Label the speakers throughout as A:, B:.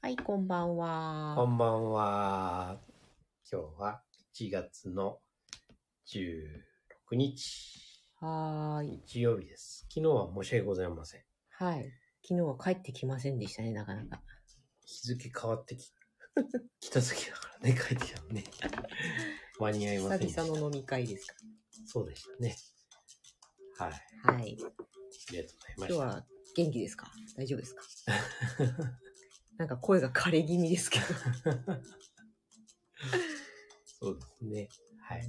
A: はい、こんばんは。
B: こんばんは。今日は1月の16日、
A: はーい。
B: 日曜日です。昨日は申し訳ございません。
A: はい。昨日は帰ってきませんでしたね、なかなか。
B: 日付変わってき 来た時だからね、帰ってき たのね。間に合いませんでし
A: 久
B: た。
A: 々の飲み会です
B: そうでしたね。はい。あ
A: か。はい。
B: りがとう
A: 今
B: ござい
A: 日
B: ま
A: は元気ですか大丈夫 ですかなんか声が枯れ気味 ですけど。
B: した。そうですね。はい。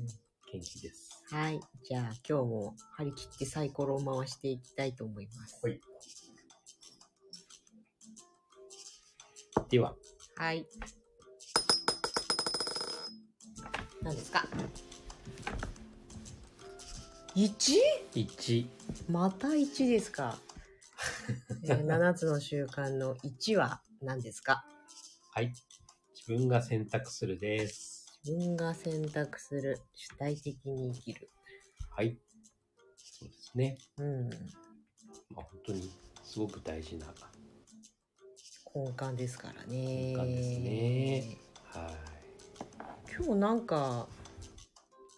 B: 元気です。
A: はい。じゃあ今日も張り切ってサイコロを回していきたいと思います。
B: はいでは、
A: はい。何ですか ?1?
B: 1。
A: また1です か。えー、7つの習慣の1は何ですか
B: はい。自分が選択するです。
A: 自分が選択する。主体的に生きる。
B: はい。そうですね。
A: うん。
B: まあ、本当にすごく大事な。
A: 根幹ですからね。
B: 根幹ですねは
A: 今日なんか、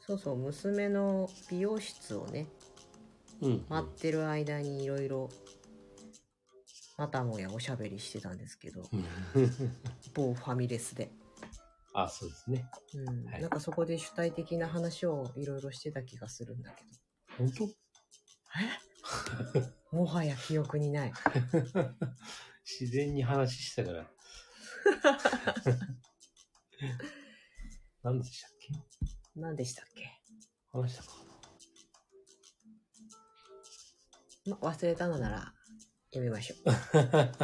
A: そうそう、娘の美容室をね、
B: い。うん、
A: 待ってる間にいろいろ、またもやおしゃべりしてたんですけど、
B: うん。
A: 某ファミレスで。
B: あ、そうですね。
A: うん。
B: はい
A: なんかそこで主体的な話をいろいろしてた気がするんだけど。
B: 本 当
A: もはや記憶にない。
B: 自然に話してたから。何でしたっけ
A: 何でしたっけ
B: 話したか
A: ま、忘れたのならやめましょう。
B: な
A: 主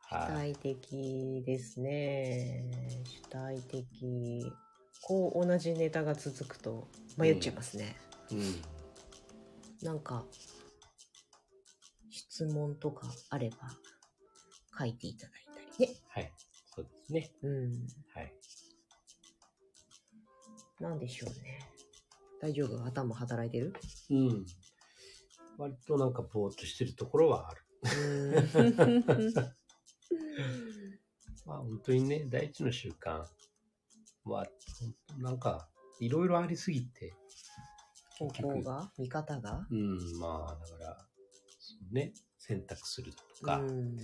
B: はい。
A: 体的ですね。主体的。こう同じネタが続くと迷っちゃいますね。
B: うん。
A: なんか、質問とかあれば書いていただいたりね。
B: はい。そうですね。
A: うん。
B: はい。
A: なんでしょうね。大丈夫頭働いて る
B: うん。割となんかぼーっとしてるところはある。
A: う ーん
B: まあ本当にね、第一の習慣は、本当なんか、いろいろありすぎて、
A: 方向が見方が
B: うん、まあだから、そのね、選択するだとか、
A: うん。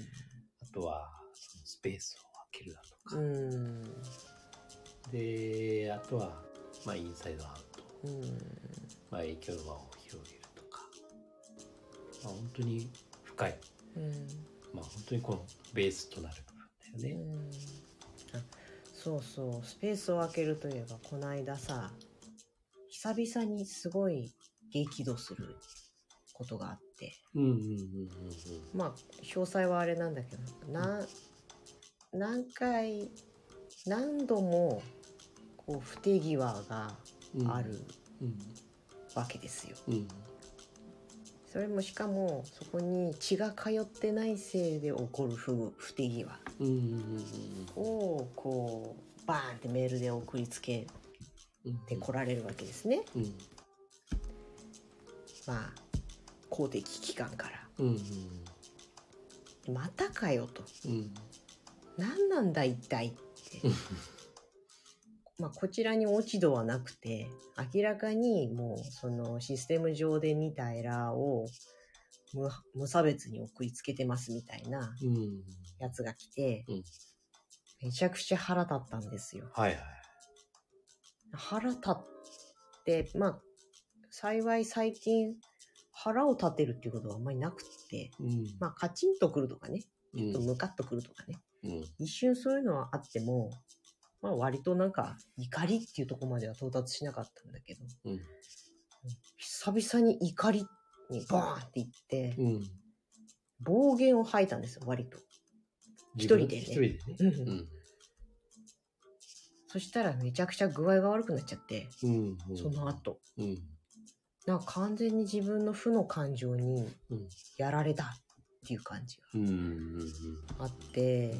B: あとは、そのスペースを空けるだとか、
A: うん。
B: で、あとは、まあインサイドアウト、
A: うん
B: まあ影響輪を広げるとか、まあ本当に深い、
A: うん
B: まあ本当にこのベースとなる部分だよね。
A: うんあそうそうスペースを空けるといえばこの間さ久々にすごい激怒することがあって
B: うんうんうんうん
A: まあ詳細はあれなんだけどな何回何度もこう不手際が
B: うんうん。
A: ある
B: うん。
A: わけですよ。
B: うん。
A: それもしかもそこに血が通ってないせいで起こる不不手際
B: うんうんうんうん。
A: をこうバーンってメールで送りつけ
B: うん
A: って来られるわけですね。
B: うん
A: まあ、公的機関から。
B: うん
A: またかよと。
B: うんうん
A: 何なんだ一体って
B: うん。
A: まあ、こちらに落ち度はなくて、明らかにもうそのシステム上で見たエラーを無無差別に送りつけてますみたいな
B: うん
A: やつが来て
B: うん、
A: めちゃくちゃ腹立ったんですよ。
B: はいはい
A: 腹立って、まあ、幸い最近腹を立てるっていうことはあんまりなくって、
B: うん
A: まあ、カチンとくるとかね、
B: うん
A: ちょっとムカッとくるとかね、
B: うん
A: 一瞬そういうのはあっても、まあ割となんか怒りっていうとこまでは到達しなかったんだけど、
B: うん
A: 久々に怒りにバーンっていって、
B: うん
A: 暴言を吐いたんですよ、割と。一人でね
B: 自分一人でねうん
A: そしたらめちゃくちゃ具合が悪くなっちゃって、
B: うんうん
A: その後。
B: うん
A: なんか完全に自分の負の感情に
B: うん
A: やられたっていう感じ
B: うんうんうん
A: があって、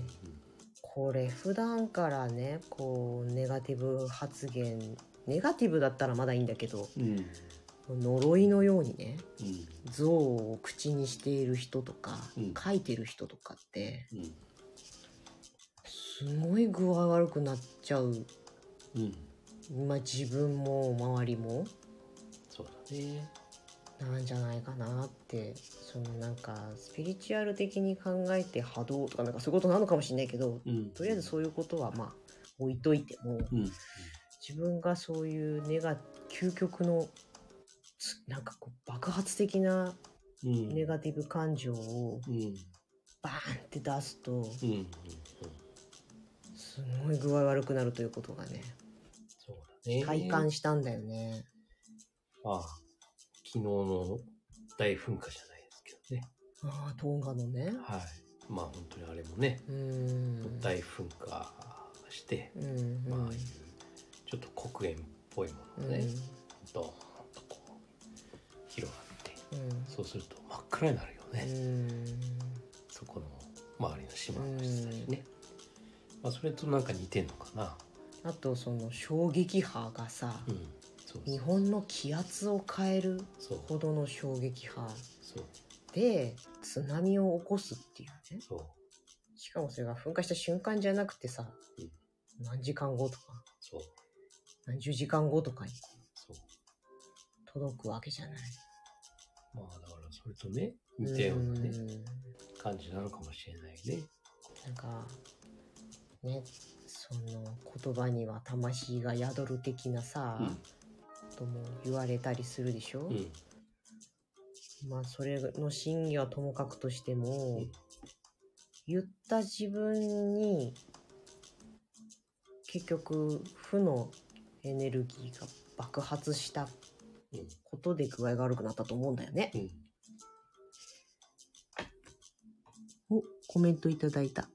A: これ普段からね、こう、ネガティブ発言、ネガティブだったらまだいいんだけど、
B: うんうん
A: 呪いのようにね
B: うん
A: 像を口にしている人とか、
B: うん
A: 書いてる人とかって
B: うん
A: すごい具合悪くなっちゃう、
B: うん。
A: まあ、自分も周りも
B: そうだね。
A: なんじゃないかなってそのなんかスピリチュアル的に考えて波動とかなんかそういうことなのかもしれないけど
B: うん。
A: とりあえずそういうことはまあ置いといても
B: うん。うん。
A: 自分がそういうネガ究極のつなんかこう爆発的な
B: うん。
A: ネガティブ感情を
B: うん。うん。
A: バーンって出すと
B: うん。うん。
A: すごい具合悪くなるということがね
B: そうだね。
A: 体感したんだよね。
B: ああ、昨日の大噴火じゃないですけどね。
A: ああトンガのね。
B: はい。まあ本当にあれもね、
A: うーん。
B: 大噴火して、
A: うんうん
B: まあああいうちょっと黒煙っぽいものがね、ドーンとこう広がって、
A: うんうん
B: そうすると真っ暗になるよね。
A: うん
B: そこの周りの島の人たちね。まあそれとなんか似てんのかな。
A: あとその衝撃波がさ、
B: うん。そう
A: 日本の気圧を変える
B: そう
A: ほどの衝撃波
B: そう
A: で津波を起こすっていうね
B: そう
A: しかもそれが噴火した瞬間じゃなくてさ
B: うん
A: 何時間後とか
B: そう
A: 何十時間後とかに
B: そう。
A: 届くわけじゃない。
B: まあだからそれとね、似たような
A: う
B: ね、
A: ん
B: 感じなのかもしれないね。
A: なんかねその言葉には魂が宿る的なさ、とも言われたりするでしょ、
B: うん。うん
A: まあそれの真偽はともかくとしても、
B: うん
A: 言った自分に結局負のエネルギーが爆発した
B: うん
A: ことで具合が悪くなったと思うんだよね。
B: うん。
A: お、コメントいただい た。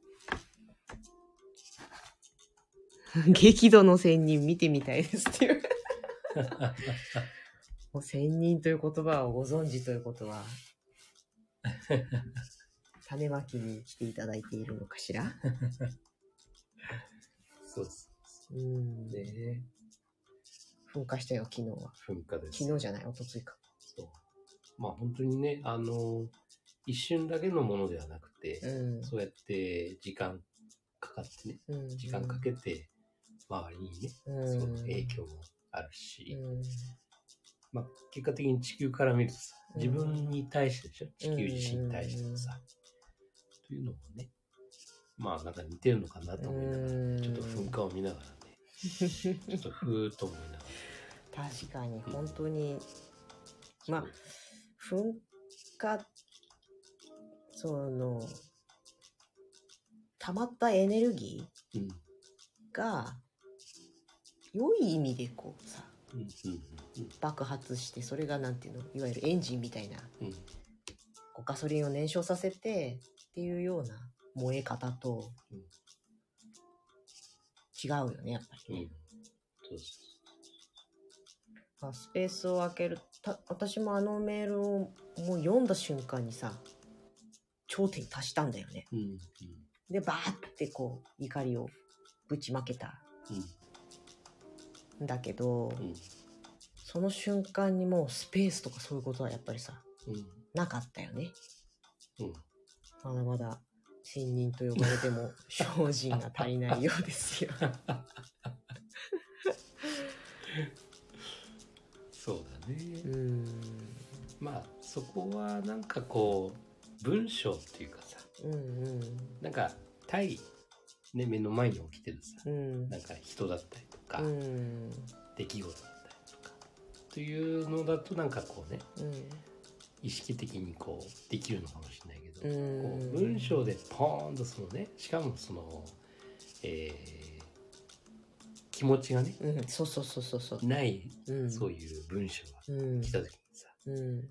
A: 激怒の仙人見てみたいですって いう。もう仙人という言葉をご存知ということ は、種まきに来ていただいているのかしら。
B: そうです
A: うん。
B: ね。
A: 噴火したよ、昨日は。
B: 噴火です。
A: 昨日じゃない、一昨日か。
B: そうまあ本当にね、あの、一瞬だけのものではなくて、
A: うん。
B: そうやって時間かかってね、
A: うん
B: 時間かけて、周りにね、
A: うん
B: その影響もあるし、
A: うん
B: まあ結果的に地球から見るとさ、
A: うん
B: 自分に対してでしょ、地球自身に対してもさ、というのもね、まあなんか似てるのかなと思いながら、
A: うん
B: ちょっと噴火を見ながらね、ちょっとふーっと思いながら。
A: 確かに、本当に、まあ
B: そう、
A: 噴火その溜まったエネルギ
B: うん。
A: ーが良い意味でこうさ
B: うんうん
A: 爆発してそれがなんていうのいわゆるエンジンみたいな
B: うんうん
A: こうガソリンを燃焼させてっていうような燃え方と
B: うん
A: 違うよねやっぱり
B: う
A: ね、
B: んそうそ
A: まあスペースを空けるた私もあのメールをもう読んだ瞬間にさ頂点に達したんだよね
B: ううんうん
A: でバーってこう怒りをぶちまけたんだけど、
B: うんうん
A: その瞬間にもうスペースとかそういうことはやっぱりさ
B: うん
A: なかったよね
B: うん
A: まだまだ新人と呼ばれても精進が足りないようですよ
B: そうだね、
A: うーん
B: まあそこはなんかこう文章っていうかさ
A: うん
B: なんか対、ね、目の前に起きてるさ
A: うんうん
B: なんか人だったりとか、
A: うん
B: 出来事だったりとかというのだとなんかこうね
A: うん
B: 意識的にこうできるのかもしれないけど、
A: うん
B: こう文章でポーンとそのねしかもその、えー気持ちがね
A: うんそうそうそうそうそう
B: ない
A: うん
B: そういう文章が
A: うん
B: 来た時にさ
A: うん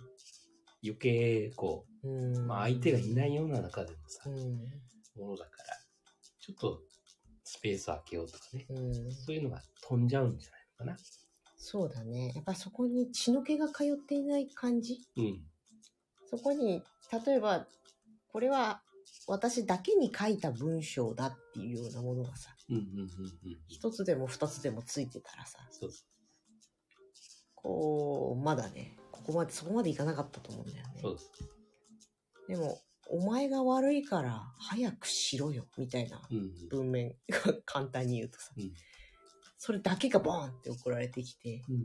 B: 余計こ
A: う
B: う、
A: ん
B: まあ、相手がいないような中でのさ
A: うん
B: ものだからちょっとスペースを空けようとかね
A: うん
B: そういうのが飛んじゃうんじゃないのかな
A: そうだねやっぱそこに血の気が通っていない感じ
B: うん
A: そこに、例えば、これは私だけに書いた文章だっていうようなものがさ、
B: うんうんうんうん
A: 一つでも二つでもついてたらさ、
B: そうそ
A: こう、まだね、ここまで、そこまでいかなかったと思うんだよね
B: う。そうです
A: でも、お前が悪いから早くしろよ、みたいな
B: うん。
A: 文面が簡単に言うとさ、
B: うん
A: それだけがボーンって送られてきて、
B: うん。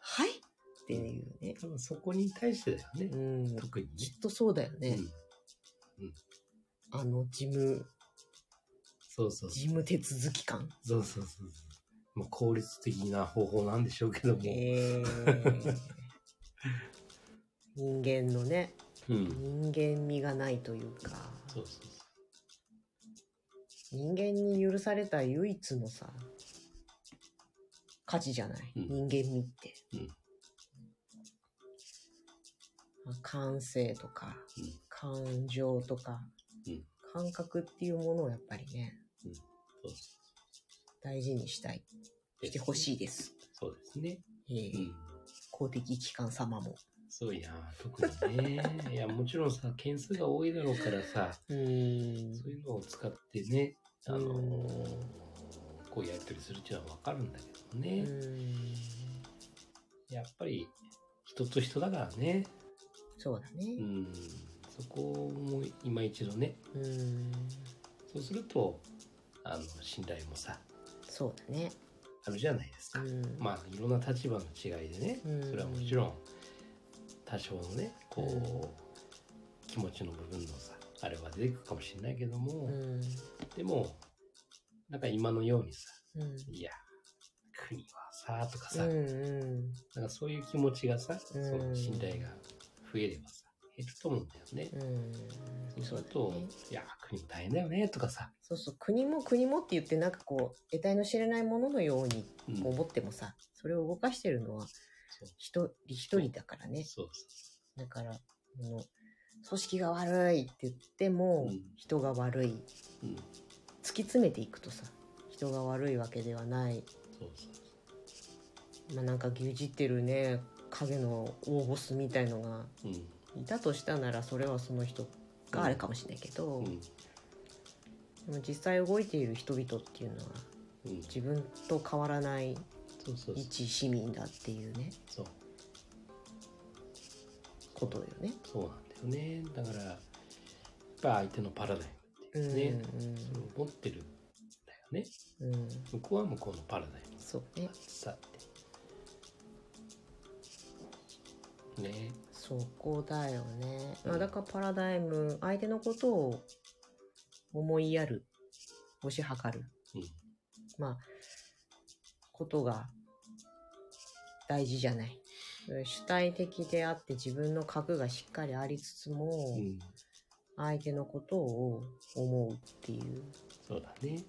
A: はいっていうね。
B: 多分そこに対してだよね
A: う。ん。
B: 特にね。
A: きっとそうだよね。
B: うん
A: あの事務、
B: そうそ
A: 事
B: うそう。
A: 務手続き感。
B: そうそうそうそう。まあ、効率的な方法なんでしょうけども。
A: えー人間のね、
B: うん。
A: 人間味がないというか、
B: そうそうそう。
A: 人間に許された唯一のさ、価値じゃない、
B: うん
A: 人間味って。
B: うん
A: まあ感性とか、
B: うん
A: 感情とか、
B: うん
A: 感覚っていうものをやっぱりね、
B: そうそう
A: 大事にしたい、してほしいです。
B: そうですね。
A: ええ
B: うん。
A: 公的機関様も。
B: すごいな、特にね。 いや、もちろんさ、件数が多いだろうからさ、
A: うーん
B: そういうのを使ってね、あのー
A: うん
B: こうやり取りするっていうのはわかるんだけど
A: う
B: ね。
A: ーん
B: やっぱり、人と人だからね。
A: そうだ
B: う
A: ね。
B: ん。そこも今一度ね。
A: うーん。
B: そうすると、あの、信頼もさ、
A: そうだね。
B: あるじゃないです
A: う
B: か。
A: ん。
B: まあ、いろんな立場の違いでね、
A: うん
B: それはもちろん、多少のね、こう、
A: う
B: 気持ちの部分のさ、あれは出てくるかもしれないけども、
A: うん。
B: でも、なんか今のようにさ、
A: うん。
B: いや、国はさ、とか
A: う
B: さ、
A: んうん
B: なんかそういう気持ちがさ、
A: うん
B: その信頼が増えればさ、減ると思うんだよね。
A: うん。
B: そうする
A: だ
B: と、
A: ね
B: いや、国も大変だよね、とかさ、
A: そうそう、国も国もって言って、なんかこう、得体の知れないもののように
B: うん、そう
A: 思ってもさ、それを動かしてるのは一人一人だからね。
B: そう
A: だから、あの、組織が悪いって言っても、
B: うん
A: 人が悪い。
B: そう、うん、
A: 突き詰めていくとさ、人が悪いわけではない。
B: そうそう
A: まあなんか牛耳ってるね、影の大ボスみたいのが
B: そう、うん、
A: いたとしたなら、それはその人があれかもしれないけど、
B: うん、
A: でも実際動いている人々っていうのは、
B: うん、
A: 自分と変わらない
B: そうそうそう、
A: 一市民だっていうね
B: そう、
A: ことよね。
B: そうなんだよね。だから、やっぱ相手のパラダイムっていうね、それを持ってるんだよね。
A: うんうん、うん、
B: 向こうは向こうのパラダイム。
A: そうね
B: さって。ね
A: そこだよね。ま
B: う
A: あ
B: ん
A: だからパラダイム相手のことを思いやる推し量る
B: うん。
A: まあことが大事じゃない。主体的であって自分の核がしっかりありつつも、
B: うん。
A: 相手のことを思うっていう
B: そうだね。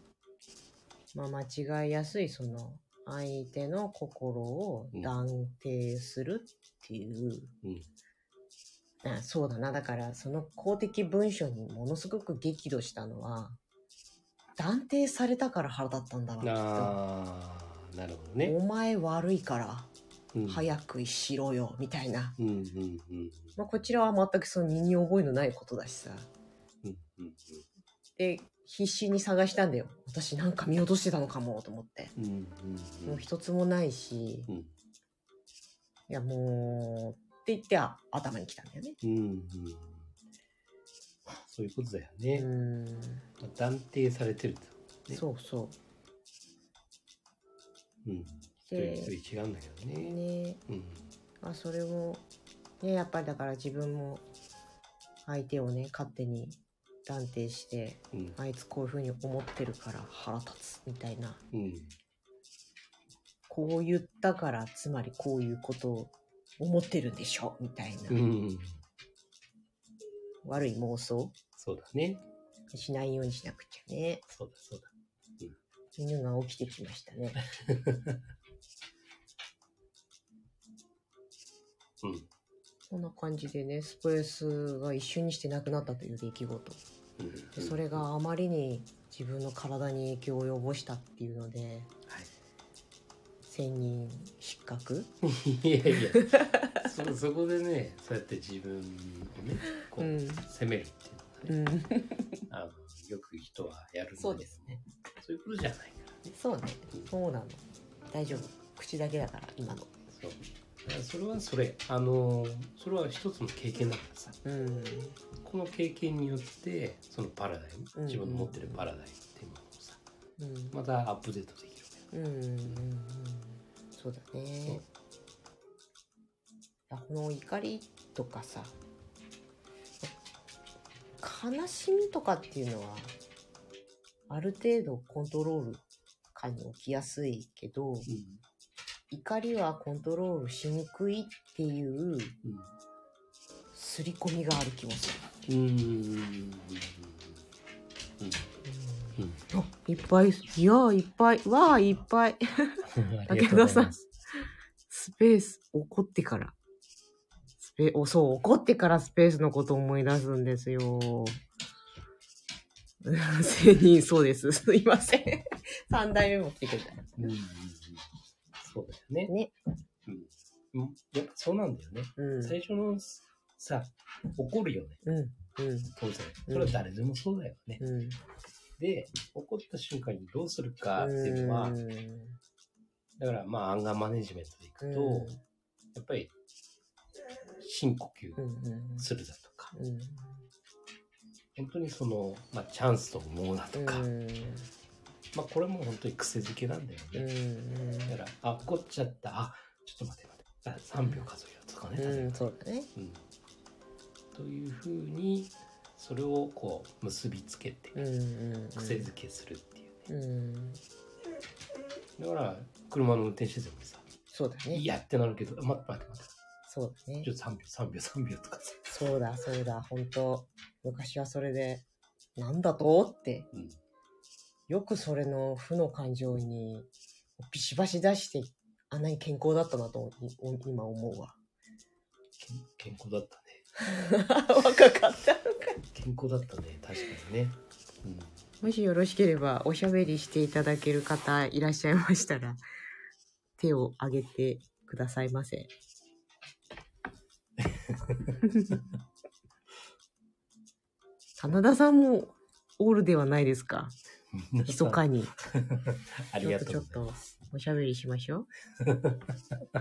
A: まあ、間違いやすいその相手の心を断定するっていう、
B: うん。
A: あそうだなだからその公的文書にものすごく激怒したのは断定されたから腹立ったんだな
B: ああ、なるほ
A: き
B: ど
A: っと
B: ね。
A: お前悪いから
B: うん、
A: 早くしろよみたいな、
B: うんうんうん。
A: まあ、こちらは全くその身に覚えのないことだしさ
B: うんうん
A: で必死に探したんだよ私なんか見落としてたのかもと思って
B: うん。うんうん
A: もう一つもないし、
B: うん
A: いや、もう、って言ってあ頭に来たんだよね。
B: うんうん。そういうことだよ
A: う
B: ね。
A: ー
B: 断定されてると。
A: ん。
B: ね
A: そうそ
B: うん。
A: う。
B: 一人
A: で
B: 一、人違うんだけどね。
A: ね、
B: うん。
A: まあ、それを、ね、やっぱりだから自分も、相手をね、勝手に断定して、
B: うん。
A: あいつこういうふうに思ってるから腹立つ、みたいな。
B: うん。
A: こう言ったから、つまりこういうことを思ってるんでしょ、みたいな。
B: うん。
A: 悪い妄想
B: そうだね。
A: しないようにしなくちゃね。
B: そうだそうだ。
A: 犬が起きてきましたね。
B: うん。
A: そんな感じでね、スペースが一瞬にしてなくなったという出来事。
B: うん
A: でそれ。があまりに自分の体に影響を及ぼしたっていうので
B: はい。
A: 専任失格
B: いやいやそ そこでねそうやって自分をねこう、
A: うん
B: 責めるっていう
A: う
B: のはね、
A: ん
B: あのよく人はやるん
A: そうですね
B: そういうことじゃないか
A: そうねそうなの大丈夫口だけだから今の
B: らそうそれはそれあのそれは一つの経験だからさ
A: うん
B: この経験によってそのパラダイ
A: う
B: ム
A: ん
B: 自分の持ってるパラダイムっていうものをさ
A: うん
B: またアップデートできるわけだ
A: うんうんうんそうだねいやこの怒りとかさ悲しみとかっていうのはある程度コントロール下に置きやすいけど怒りはコントロールしにくいっていう刷り込みがある気もする。
B: うんうんうんうん
A: あいっぱいいやいっぱいわあいっぱい
B: うんあ
A: だ
B: り
A: け
B: がとう
A: ど
B: ござ
A: さ
B: います、
A: スペース、怒ってから。スペおそう、怒ってからスペースのこと思い出すんですよ。 全人そうです。すいません。三代目も来てくれた。
B: うんうんうんそうだよ
A: ね
B: ねうんうんやっぱそうなんだよね
A: うん。
B: 最初のさ怒るよね
A: うん。うん。
B: 当然それは誰でもそうだよね
A: うん。
B: で怒った瞬間にどうするかっていうのは
A: うん。
B: だからまあアンガーマネジメントでいくと、
A: うん
B: やっぱり深呼
A: う
B: 吸
A: ん。
B: するだとか、
A: うん。
B: 本当にその、まあ、チャンスと思うだとか、
A: うん。
B: まあこれも本当に癖づけなんだよ
A: うん。う
B: ね、だからあ怒っちゃったあちょっと待って待ってあ3秒数えようとかね、例え
A: ん。
B: ば
A: そうだね。
B: うんというふうにそれをこう結びつけて
A: うん。うん。
B: 癖づけするっていうね、
A: うん。
B: だから車の運転しててもさ
A: そうだ
B: 「い
A: ね。
B: や」ってなるけど「待って待って待って
A: そうだね
B: ちょ。っと3秒3秒3秒」とかさ、
A: そうだ、そうだ、本当昔はそれで、なんだとって、
B: うん
A: よくそれの負の感情に、ビシバシ出して、あんなに健康だったなと、い今思うわ。
B: 健健康だったね
A: 若かった。
B: 健康だったね確かにね、うん、
A: もしよろしければ、おしゃべりしていただける方いらっしゃいましたら、手を挙げてくださいま せ。真田さんもオールではないですか
B: 皆さん
A: 密かに。
B: ありがとうございます
A: おしゃべりしましょう。
B: あ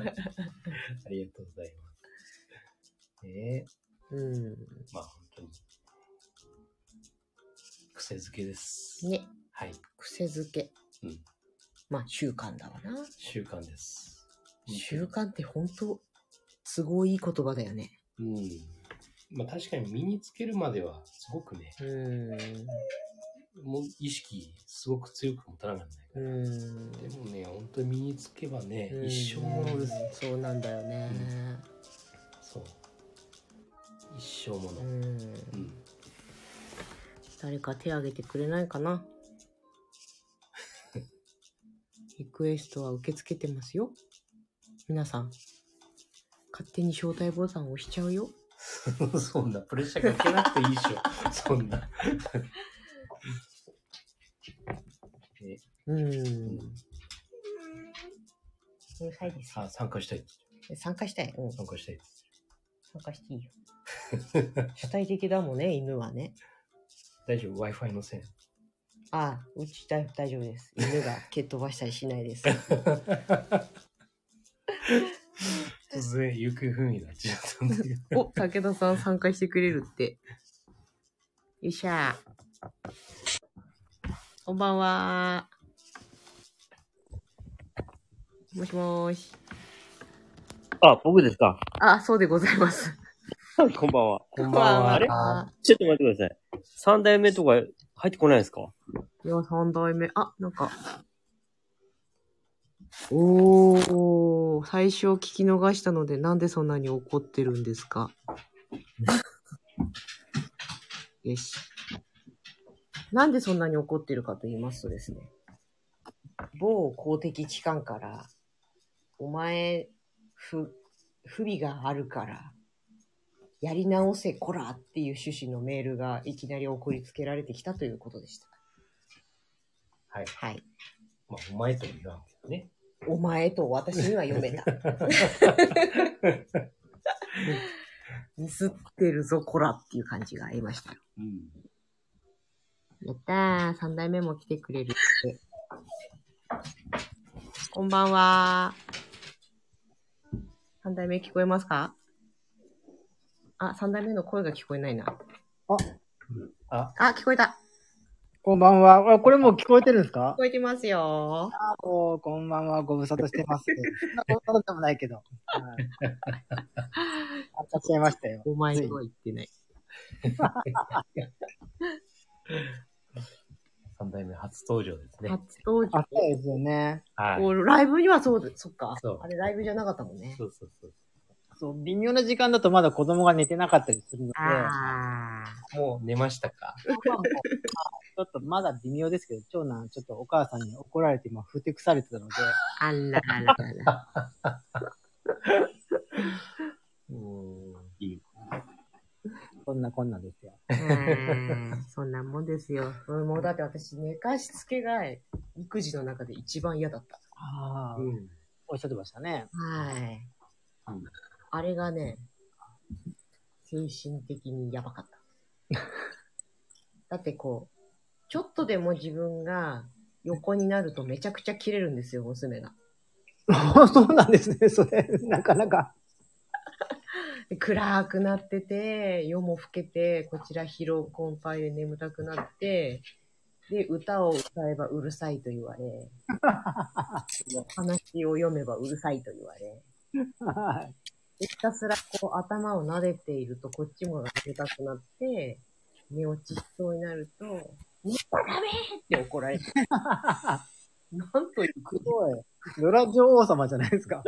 B: りがとうございますねえ
A: う
B: まあ本当に癖づけです
A: ん。ね、
B: はい
A: 癖づけ。
B: うん
A: まあ、習慣だわな。
B: 習慣です
A: 習慣って本当都合いい言葉だよね。
B: うんまあ確かに身につけるまではすごくね
A: うん。
B: もう意識すごく強く持たなかったね
A: うん。
B: でもね本当に身につけばね一生ものです
A: そうなんだよね。
B: そう一生も
A: う
B: の
A: ん。
B: うん
A: 誰か手挙げてくれないか な。リクエストは受け付けてますよ。皆さん、勝手に招待ボタンを押しちゃうよ。
B: そんなプレッシャーかけなくていいでしょ。 そんな。え
A: うん。
B: あ参加したい。
A: 参加したい。うん。
B: 参加したい。
A: 参加していいよ。主体的だもんね、犬はね。
B: 大丈夫 ?Wi-Fi のせい。
A: ああ、うち大大丈夫です。犬が蹴っ飛ばしたりしないです。
B: 突然行方不明になっちゃったんだけど。
A: お、武田さん参加してくれるって。よっしゃこんばんはもしもーし。
C: あ、僕ですか。
A: あ、そうでございます。
C: こんばんは。
B: こ
C: あれちょっと待ってください。三代目とか入ってこないですか
A: いや、三代目。あ、なんか。おー、最初聞き逃したので、なんでそんなに怒ってるんですかよし。なんでそんなに怒ってるかと言いますとですね、某公的機関から、お前、不、不備があるから、やり直せ、こらっていう趣旨のメールがいきなり送りつけられてきたということでした。
B: はい。
A: はい。
B: まあ、お前とも言わんけどね。
A: お前と私には読めた。 ミスってるぞ、こらっていう感じがありましたよ。
B: うん。
A: やったー、三代目も来てくれるって。こんばんは三代目聞こえますかあ、三代目の声が聞こえないな。
B: あ、
A: あ、聞こえた。
D: こんばんは。あこれもう聞こえてるんですか
A: 聞こえてますよ。
D: あこうこんばんは。ご無沙汰してます。そんなご無沙汰でもないけど。はい当たっちゃいましたよ。
A: お前とは言ってない。
B: 三代目初登場ですね。
A: 初登
D: あ
A: 場
D: っ。たですよね。
B: はい。
A: おライブにはそうで、そっか
B: そう。
A: あれライブじゃなかったもんね。
B: そうそうそう。
D: そう、微妙な時間だとまだ子供が寝てなかったりするので、
A: あ
B: もう寝ましたか
D: 僕はもうまあちょっとまだ微妙ですけど、長男、ちょっとお母さんに怒られて今、ふてくされてたので、
A: あ。あらあらあら。
B: うーん。いい。
D: そんなこんなんですよ。
A: うんそんなもんですよ。うん もうだって私、寝かしつけが育児の中で一番嫌だった。
D: ああ、
B: うん。
D: おっしゃってましたね。
A: はい
B: うん。
A: あれがね、精神的にやばかった。 だってこう、ちょっとでも自分が横になるとめちゃくちゃ切れるんですよ、娘が。
D: そうなんですね、それ。なかなか。
A: で暗くなってて、夜も更けて、こちら疲労困憊で眠たくなって、で、歌を歌えばうるさいと言われ、話を読めばうるさいと言われ、
D: はい
A: でひたすらこう頭を撫でているとこっちも撫でたくなって、寝落ちしそうになると、寝ちゃダメって怒られて、 なんという
D: すごい。ドラ女王様じゃないですか。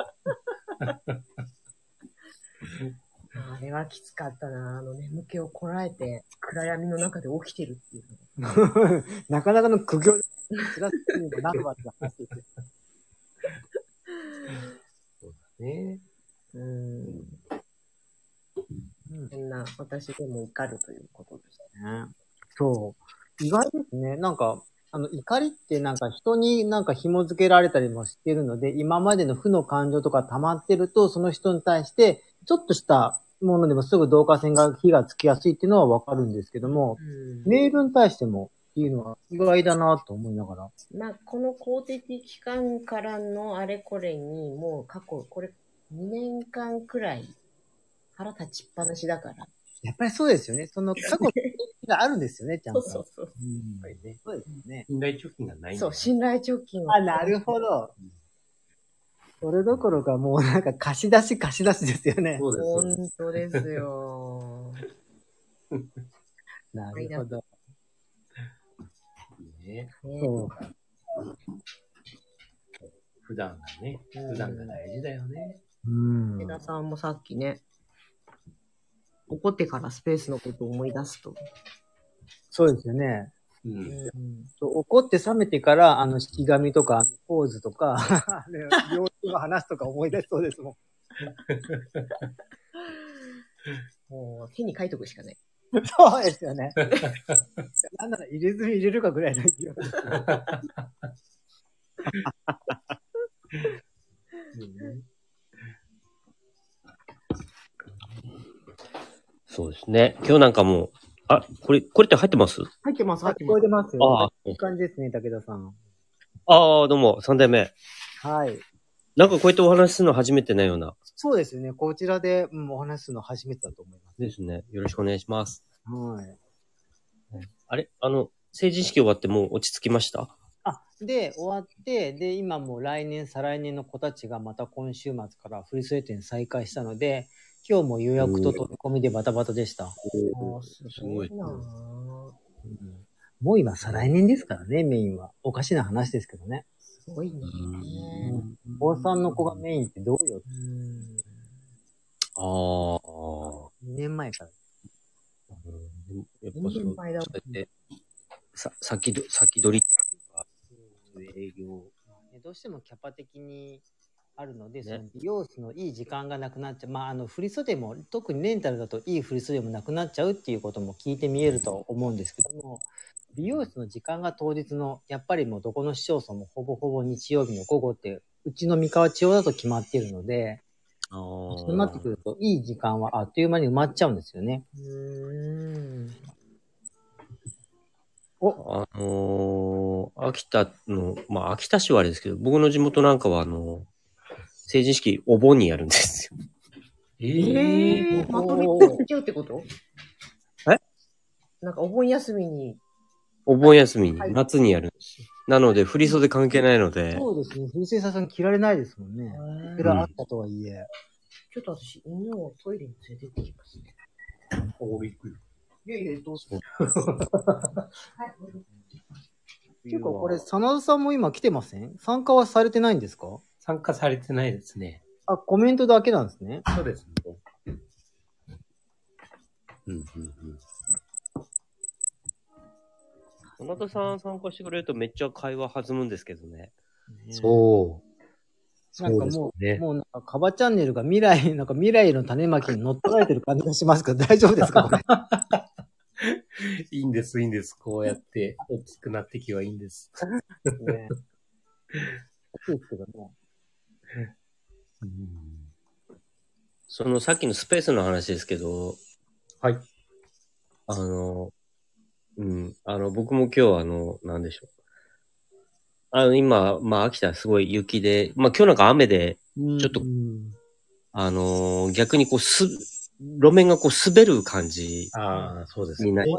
A: あれはきつかったな。あの眠気をこらえて、暗闇の中で起きてるっていうの。
D: なかなかの苦行です。辛すぎるのナンバーって話ですよ
B: そうだね。
A: うん。
D: うん
A: そんな、私でも怒るということです
D: ね。そう。意外ですね。なんか、あの、怒りってなんか人になんか紐付けられたりもしてるので、今までの負の感情とか溜まってると、その人に対して、ちょっとしたものでもすぐ導火線が火がつきやすいっていうのはわかるんですけども、
A: ね。
D: メールに対してもっていうのは意外だなと思いながら。
A: まあ、この公的機関からのあれこれに、もう過去、これ、2年間くらい腹立ちっぱなしだから。
D: やっぱりそうですよね。その過去の経験があるんですよね、ちゃん
A: そ
D: と。
A: うそうそう。
D: うん
B: やっぱりね。
D: そうですよね。
B: 信頼貯金がないんだ
A: そう、信頼貯金は
D: あ、なるほど。それどころかもうなんか貸し出し貸し出しですよね。
B: そうですそうで
A: 本当で
B: す。
A: すよ。
D: なるほど。
B: いいね。
A: ね
D: そう。
B: 普段がね。普段が大事だよね。
D: うん
A: 池田さんもさっきね、怒ってからスペースのことを思い出すと。
D: そうですよね。
B: う。
A: うんん、
D: そう怒って冷めてから、あの、式紙とか、あのポーズとか、あの病気の話とか思い出しそうですも ん。
A: もう手に書いとくしかない。
D: そうですよね。 なんなら入れ墨入れるかぐらいの勢い。
C: そうですね。今日なんかもう、あ、これ、これって入ってます
A: 入ってます、入って
D: 聞
A: ま
D: こえ
A: す。
D: てますよ。
C: ああ、
D: いい感じですね、武田さん。
C: ああ、どうも、三代目。
D: はい。
C: なんかこうやってお話しするの初めてなような。
D: そうですよね。こちらで、うん、お話しするの初めてだと思います。
C: ですね。よろしくお願いします。
D: はい。
C: あれあの、成人式終わってもう落ち着きました
D: あ、で、終わって、で、今もう来年、再来年の子たちがまた今週末からフリースウェイ店再開したので、今日も予約と飛び込みでバタバタでした。
A: もうすごいなぁ
D: うんもう今、再来年ですからね、メインは。おかしな話ですけどね。
A: すごいね。
D: 高3の子がメインってどう
A: う
D: よ。
A: ん
C: ああ。
D: 2年前から。
C: うんやっぱそ
A: 人間
C: う、
A: 倍だもん
C: そうやって、さ、先ど、先取りっていうか、営業。
D: どうしてもキャパ的にあるので、その美容室のいい時間がなくなっちゃう。まあ、あの、振り袖も、特にレンタルだといい振り袖もなくなっちゃうっていうことも聞いて見えると思うんですけども、美容室の時間が当日の、やっぱりもうどこの市町村もほぼほぼ日曜日の午後って、うちの三河地方だと決まっているので、
C: ああ。
D: そうなってくると、いい時間はあっという間に埋まっちゃうんですよね。
A: うん。
C: あのー秋田の、まあ、秋田市はあれですけど、僕の地元なんかは、あのー成人式、お盆にやるんですよ。
B: え
A: え
B: え
A: ー、まとめて行っちゃうってこと
C: え
A: なんかお盆休みに、
C: お盆休みに
A: はい、
C: 夏にやるんですよ。なので、振り袖関係ないので、
D: そうですね。古瀬さん着られないですもんね。いく
A: ち
D: らあったとはいえ。
A: ょっと私、犬をトイレに連れてってきますね。
B: おびっくり。
A: いやいや、どうぞ。はい。
D: 結構これ、真田さんも今来てません参加はされてないんですか
B: 参加されてないですね。
D: あ、コメントだけなんですね。
B: そうですね。
C: うんうんうん。山田さん参加してくれるとめっちゃ会話弾むんですけどね。
B: そう。
D: なんか
B: そ
D: も
B: う
D: う、
B: ですね
D: もうなんか、カバチャンネルが未来、 なんか未来の種まきに乗っ取られてる感じがしますけど、大丈夫ですかこれ
B: いいんです、いいんです。こうやって大きくなってきはいいんです。
D: ね。そうですけどね。
C: そのさっきのスペースの話ですけど、
B: はい。
C: あの、うん、あの、僕も今日あの、なんでしょう。あの、今、まあ、秋田すごい雪で、まあ、今日なんか雨で、ちょっと
D: うん
C: あの逆にこうす、路面がこう滑る感じ
B: ああ、そうです
C: になり、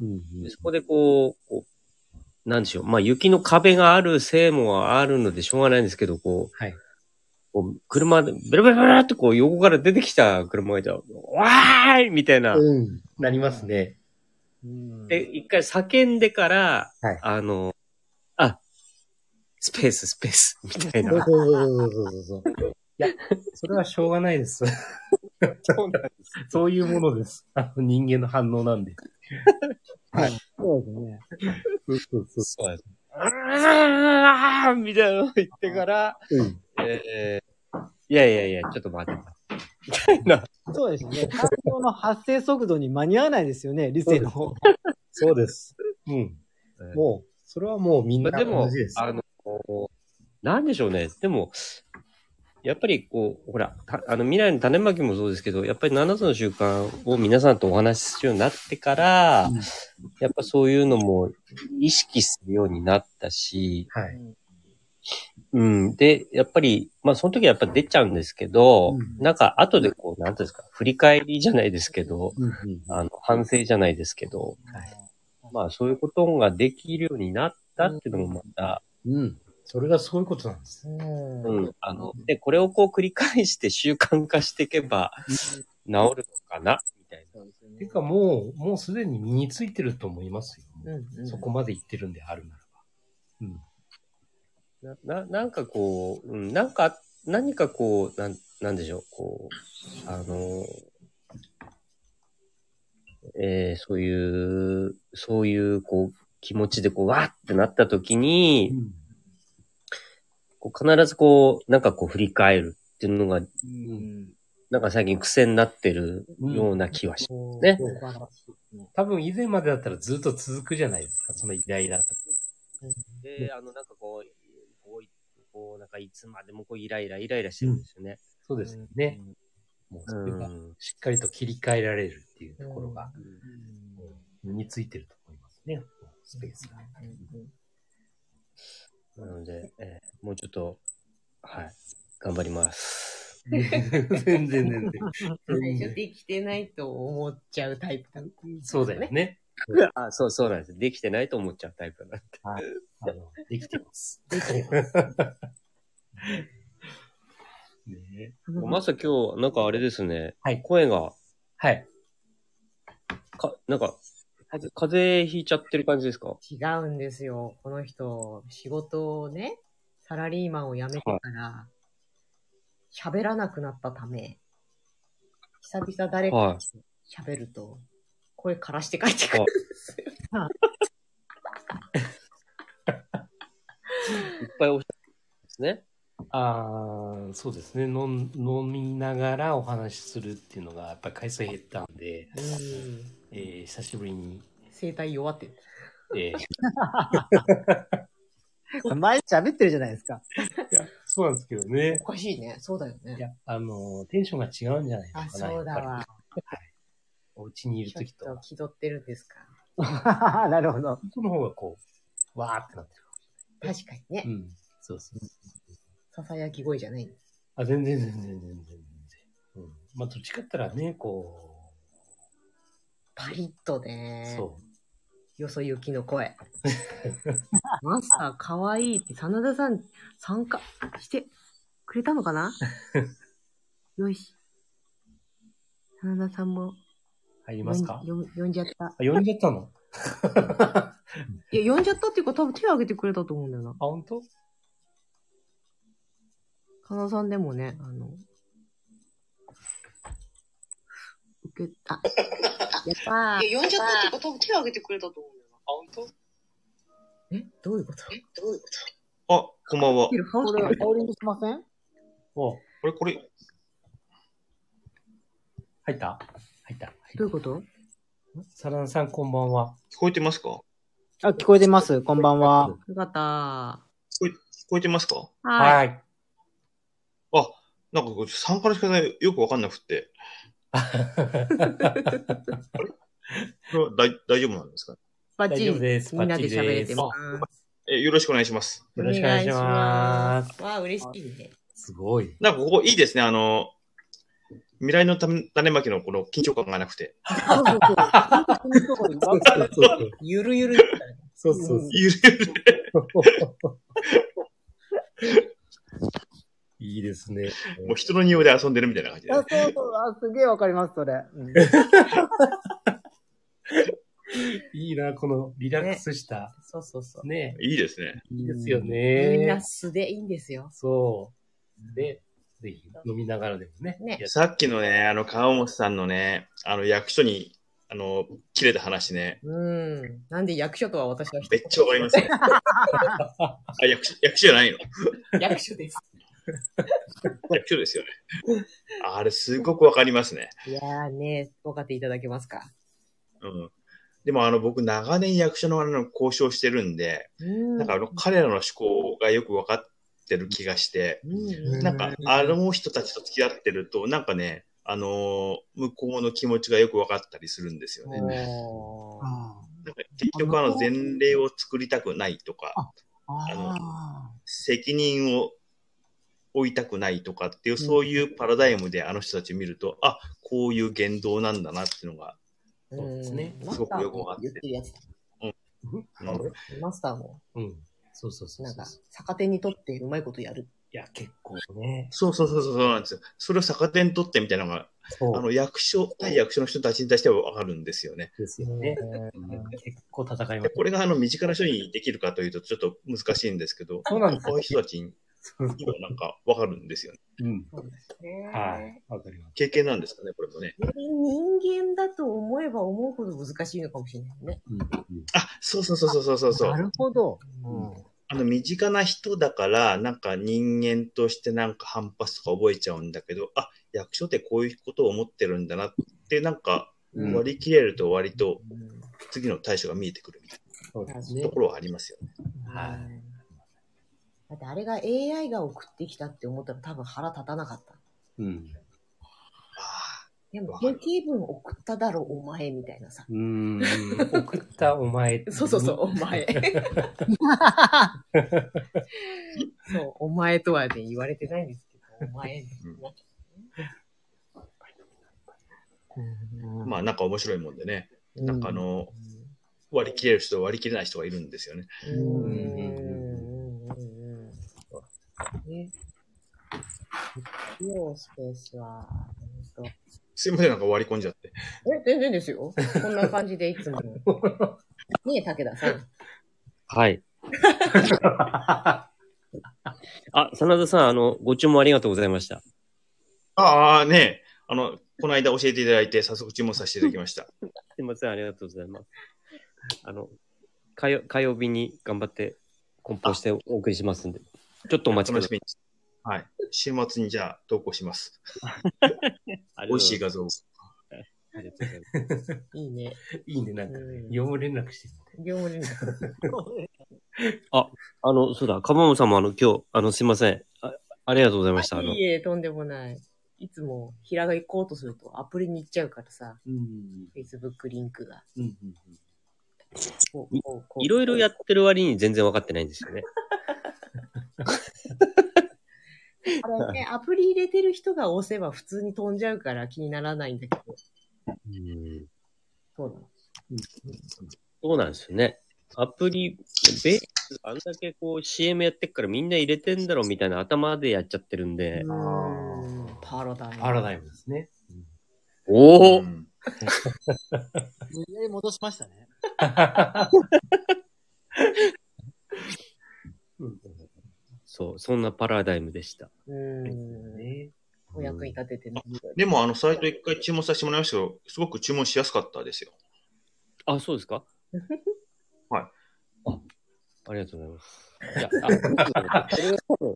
B: うん
C: でそこでこう、こう、なんでしょう。まあ、雪の壁があるせいもあるのでしょうがないんですけど、こう、
B: はい
C: こう車で、ベラベラベラってこう横から出てきた車がいたら、わーいみたいな。
B: うん。なりますね。
D: うん
C: で、一回叫んでから、
B: はい
C: あの、あ、スペース、スペース、みたい
B: そう
C: な。
B: そうそうそうそう。いや、それはしょうがないです。そういうものです。あの人間の反応なんで。
D: そうですね。
B: そうそうそ
C: そうです。あーみたいなのを言ってから、
B: う。うん。
C: えーいやいやいや、ちょっと待って。みたいな。
D: そうですね。感情の発生速度に間に合わないですよね、理性の方が。
B: そうです。うん。もう、それはもうみんな
C: まあ、でも
B: 同じで、す。
C: あの、なんでしょうね。でも、やっぱりこう、ほら、たあの未来の種まきもそうですけど、やっぱり7つの習慣を皆さんとお話しするようになってから、
B: うん
C: やっぱそういうのも意識するようになったし、
B: はい。
C: うん。で、やっぱり、まあその時はやっぱ出ちゃうんですけど、
B: うん
C: なんか後でこう、なんていうんですか、振り返りじゃないですけど、
B: うん
C: あの、反省じゃないですけど、まあそういうことができるようになったっていうのもまた、
B: うん。うん。それがそういうことなんです。
A: うん。
C: うん。あの、で、これをこう繰り返して習慣化していけば治るのかなみたいな。
B: ていうかもう、もうすでに身についてると思いますよ。
A: うんうん
B: そこまで言ってるんであるならば。う
C: な、
B: ん。
C: ななんかこう、うん、なんか、何かこう、なん、なんでしょう、こう、あの、えーそういう、そういう、こう、気持ちでこう、わーってなった時に、こう必ずこう、なんかこう振り返るっていうのが、
D: うん。
C: なんか最近癖になってるような気はし、ね
D: そうかな
B: 多分以前までだったらずっと続くじゃないですか、そのイライラとか。
C: で、あの、なんかこう、こう、こうなんかいつまでもこうイライライライラしてるんですよね。
B: そうですよね。もうそれがしっかりと切り替えられるっていうところが、身についてると思いますね。スペー スが。
C: なので、えーもうちょっと、はい、頑張ります。
B: 全
A: 最
B: 然全
A: 初
B: 然。
A: できてないと思っちゃうタイプだ。
B: そうだよね。
C: あ、そうそうなんです。できてないと思っちゃうタイプなんで。
B: あのできてます。 ねえ
C: まさ今日、なんかあれですね。
B: はい
C: 声が、
B: はい。
C: か、なんか、風風邪ひいちゃってる感じですか
A: 違うんですよ。この人、仕事をね、サラリーマンを辞めてから、喋らなくなったため、久々誰か
C: はい。
A: と喋ると、声枯らして帰ってくるんですよ。
C: いっぱいおっしゃってますね。
B: ああ、そうですね飲ん。飲みながらお話しするっていうのが、やっぱり回数減ったんで、
A: うん。
B: えー久しぶりに、
A: 声帯弱ってる。
B: え ー
D: これ前喋ってるじゃないですか。
B: いやそうなんですけどね
A: お。かしいね。そうだよね
B: い。や、あの、テンションが違うんじゃない
A: あ、
B: のかな。
A: そうだ
B: やっぱ
A: わ
B: り。お家にいる
A: ちょ
B: と
A: っ
B: きと、
A: と気取ってるんですか。
D: なるほど。
B: 外の方がこう、わーってなって
A: 確かにね。
B: る。うん。そうそう。
A: ささやき声じゃない。
B: あ、全然全然全然全然。まあ、どっちかって言ったらね、こ
A: パリッと
B: う、
A: ね。
B: そ
A: よそ行きの 声。マスターかわいいって、真田さん参加してくれたのか なよし。真田さんも
B: う、入り
A: 呼
B: ま
A: ん
B: すか
A: 呼ん呼んじゃった。
B: あ、呼んじゃったのあ、
A: いや、呼んじゃったっていうか、多分手を挙げてくれたと思うんだよな。
B: 本当
A: 真田さんでもね、あの、受け、あ、やったー。
E: いや、呼んじゃったってこと多分手を挙げてくれたと思うんだよな。
A: え、どういうこと
E: え、どういうこ
F: あ、こんばんは。
D: これ、カオリングしません
B: おう
F: これこれ、
B: 入った入った。
A: どうい
B: 入
A: う
B: っ
A: こと
B: た。サランさん、こんばんは。
F: 聞こえてますか聞
D: あ、聞こえてます。こんばんは。
A: よかったー。
F: こえてますか
A: はい。
B: い。
F: あ、なんかこれ参加の仕方よくわかんなくって。これは大大丈夫なんですか
A: バッチ
B: 大丈夫
A: リ。
B: です。
A: みんなで喋れ
B: パッチ
A: て
B: リす
A: ます。
F: え、よろしくお願いします。
B: よろしくお願いします。
A: わあ、嬉しいね。
B: すごい。
F: なんかここいいですね。あの、未来のため種まきのこの緊張感がなくて。
A: そうそうそう。
B: そうそうそう。
A: ゆるゆるだったね。
B: そうそうそう
F: ゆるゆる
B: いいですね。
F: もう人の匂いで遊んでるみたいな感じで。
D: あ、そうそう、あ、すげえわかります、それ。うん
B: いいな、このリラックスした。
A: そうそう そう。
B: ね。
F: いいですね。
B: いいですよ
A: みんな
B: ね。
A: 素でいいんですよ。
B: そう。で、ぜひ飲みながらでもね。
A: ね
B: やっ
F: さっきのね、あの、川本さんのね、あの、役所に、あの、切れた話ね、
A: うん。なんで役所とは私は
F: めっちゃわかりますね。あ、役所、役所じゃないの
A: 役所です。
F: 役所ですよね。あれ、すごくわかりますね。
A: いやーね、分かっていただけますか。
F: うん。でも、あの、僕、長年役所のあの交渉してるんで、
A: うん。
F: なんか、あの、彼らの思考がよくわかってる気がして、
A: うん、
F: なんか、あの人たちと付き合ってると、なんかね、あのー向こうの気持ちがよくわかったりするんですよね。なんか
A: おー
F: 結局、あの、前例を作りたくないとか、あの責任を負いたくないとかっていう、そういうパラダイムであの人たち見ると、あ、こういう言動なんだなっていうのが、
B: そうですね
A: うん
F: すごくよくわかって
A: マスターも言ってるやつだ。
F: うん
B: うん
A: マスターも、
B: うん。そうそうそう
A: なん
B: そう
A: か。、逆手にとってうまいことやる。
B: いや、結構ね。
F: そうそうそうそうそうなんですよ。それを逆手にとってみたいなのが、
B: そ
F: あ
B: う
F: の役所、対役所の人たちに対してはわかるんですよね。
B: ですよね。
D: うん
B: 結構戦いま
F: で、
B: す。
F: これがあの身近な人にできるかというとちょっと難しいんですけど、
B: そうなんです
F: こういう人たちに
B: そうそう
F: もなんかわかるんですよね。
B: うん。
A: そうですね
B: はい。わかります。
F: 経験なんですかね、これもね。
A: 人間だと思えば思うほど難しいのかもしれないね。
B: うんうん
F: あ、そうそうそうそうそうそう。
D: なるほど。
F: あの、身近な人だから、なんか人間としてなんか反発とか覚えちゃうんだけど、あ、役所ってこういうことを思ってるんだなって、なんか
B: うん
F: 割り切れると割と次の対処が見えてくるみたい
B: そうです
F: な
B: ね
F: と。ころはありますよね。
B: はい
A: うんだってあれが AI が送ってきたって思ったら多分腹立たなかった。
B: うん。
F: あ
A: でも
F: わ、か
A: 定
F: る
A: 型文送っただろ、お前、みたいなさ。
B: うーん。 送ったお前。
A: そうそうそう、お前。そう、お前とはね、言われてないんですけど、お前。
F: あまあなんか面白いもんでね。
A: うん
F: なんかあの、割り切れる人と割り切れない人がいるんですよね。
A: うーん。ね。用スペースは、ほんと
F: すいません、なんか割り込んじゃって。
A: え、全然ですよ。こんな感じでいつも。ねえ、武田さん。
C: はい。あ、真田さん、あの、ご注文ありがとうございました。
F: ああ、ねえあの、この間教えていただいて、早速注文させていただきました。
C: すいません、ありがとうございます。あの、火曜火曜日に頑張って梱包してお送りしますんで、ちょっとお待ちく
F: 楽
C: ださ
F: し
C: い。
F: みに。はい。週末にじゃあ投稿します。美味しい
C: が
F: 画像を。
C: ありがとうございます。
A: いいね。
B: いいね、なんかね。業務連絡してる。
A: 業務連絡。
C: あの、そうだ、かばもさんもあの、今日、あの、すいません。あありがとうございました。あの
A: い、いえ、とんでもない。いつも、平が行こうとすると、アプリに行っちゃうからさ、
B: うん。
A: Facebook リンクが。
B: うん。
A: こうこうこう
C: いろいろやってる割に全然分かってないんですよね。
A: あれね、アプリ入れてる人が押せば普通に飛んじゃうから気にならないんだけど。
C: うん
A: そうなの。
C: そうなんですよね。アプリ、ベース、あんだけこう CM やってっからみんな入れてんだろみたいな頭でやっちゃってるんで。
A: うーんパラダイム。
B: パラダイムです ね。
C: おお、
F: うん
D: 無理やり戻しましたね。
C: そう、そんなパラダイムでした。
A: うん。
B: ね
A: お役に立ててね。
F: でも、あの、サイト一回注文させてもらいましたけど、すごく注文しやすかったですよ。
C: あ、そう ですか
F: はい。
C: あ、ありがとうございます。いや、あ、それは多分、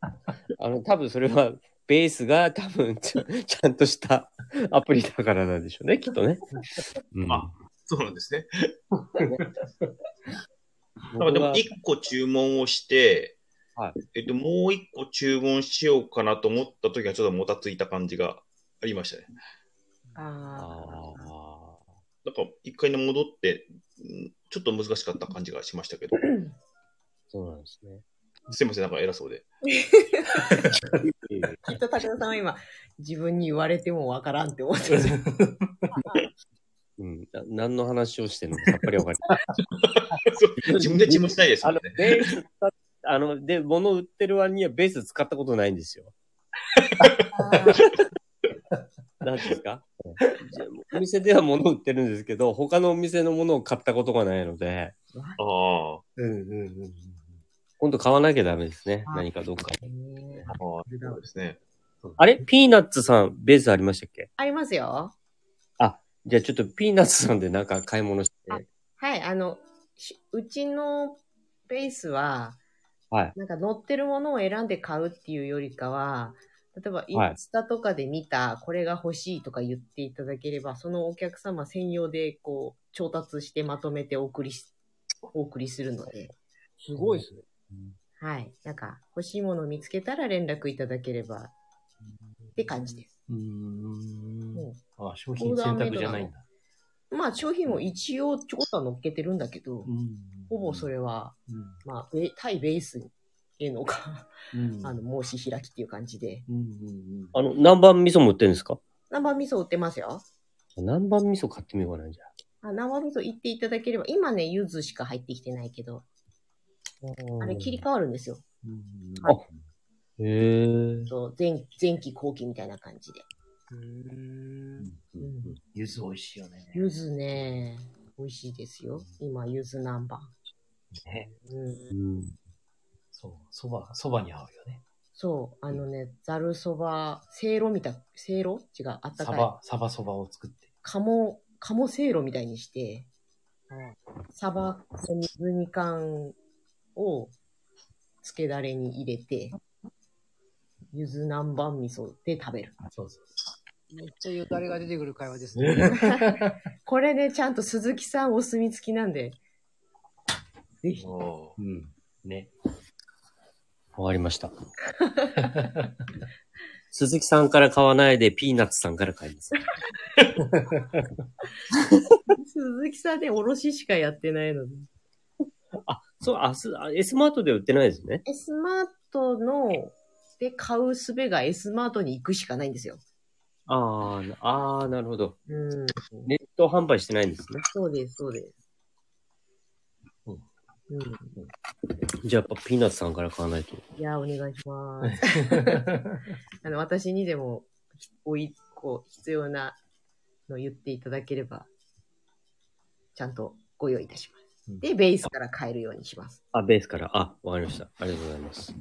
C: あの、多分それは、ベースが多分ちゃん、ちゃんとしたアプリだからなんでしょうね、きっとね。うん、
F: あそうなんですね。だ
C: 僕
F: から
C: は
F: でも、一個注文をして、
C: は
F: えっと、もう一個注文しようかなと思った時は、ちょっともたついた感じがありましたね。
A: ああ。
C: あ
F: なんか、一回に戻って、うんちょっと難しかった感じがしましたけど、
C: ーそうなんですね。
F: すいません、なんか偉そうで。
A: きっと武田さんは今、自分に言われてもわからんって思って る。
C: うん、な何の話をしてるのかさっぱりわかりません
F: そう自分で注文しないです
C: あ
F: もん
C: の
F: ね。、
C: ベース使っあの、で、物売ってる割にはベース使ったことないんですよ。なんていうんですかじゃあお店では物売ってるんですけど、他のお店のものを買ったことがないので、
F: あ
B: うんうんうんうん。
C: 今度買わなきゃダメですね
A: あ。
C: 何かどっかに。
A: ね
F: あ、ああ、そうですね。
C: あれピーナッツさん、ベースありましたっけ
A: ありますよ。
C: じゃあちょっとピーナッツさんでなんか買い物して。
A: はい、あの、しうちのベースは、
C: はい
A: なんか載ってるものを選んで買うっていうよりかは、例えばイ
C: はい
A: ンスタとかで見た、これが欲しいとか言っていただければ、そのお客様専用でこう、調達してまとめてお送りし、お送りするので、
D: すごいですね。
A: はい。なんか欲しいものを見つけたら連絡いただければって感じです。
B: うーん
A: う。
B: あ、商品選択じゃないんだ。
A: まあ商品も一応ちょこっとは乗っけてるんだけど、
B: ん。
A: ほぼそれは、
B: うん。
A: まあ、ベ対ベースへのか、
B: うん。
A: あの、申し開きっていう感じで。
B: うんうんうん。
C: あの、南蛮味噌も売ってるんですか
A: 生味噌売ってますよ。
C: 南蛮味噌買ってみようかな、じゃ
A: あ生味噌行っていただければ、今ね、柚子しか入ってきてないけど、
C: あ。
A: あれ切り替わるんですよ。
B: うん
C: あへえ。
A: そう前前期後期みたいな感じで。
B: うんうん柚子美味しいよね。
A: 柚子ね、美味しいですよ。今、柚子南蛮。
B: ね。
A: うん。
C: うん。
B: そう。そば、そばに合うよね。
A: そう、あのね、ざるそば、せいろみたい、せいろ違う、あった
B: サ
A: かい。
B: バ、サバそばを作って。
A: 鴨、鴨せいろみたいにして、サバ、水煮缶をつけだれに入れて、柚子南蛮味噌で食 べる。
B: そうそう。
D: めっちゃよだれが出てくる会話ですね。
B: ね
A: これね、ちゃんと鈴木さんお墨付きなんで、ぜひ
F: あ。あ
B: うん。ね。
C: わかりました。鈴木さんから買わないで、ピーナッツさんから買います。
A: 鈴木さんね、おろししかやってないので。
C: そう、あ、す、あ、S マートでは売ってないですね。
A: S マートの、で買う術が S マートに行くしかないんですよ。
C: あーあー、なるほど。
A: うん。
C: ネット販売してないんですね。
A: そうです、そうです。
B: う
A: うんん。
C: じゃあ、やっぱピーナッツさんから買わないと。
A: いや、お願いします。 あの、私にでも、ひおい、こう、必要なの言っていただければ、ちゃんとご用意いたします。で、ベースから買えるようにします。
C: あ、ベースから。あ、わかりました。ありがとうございます。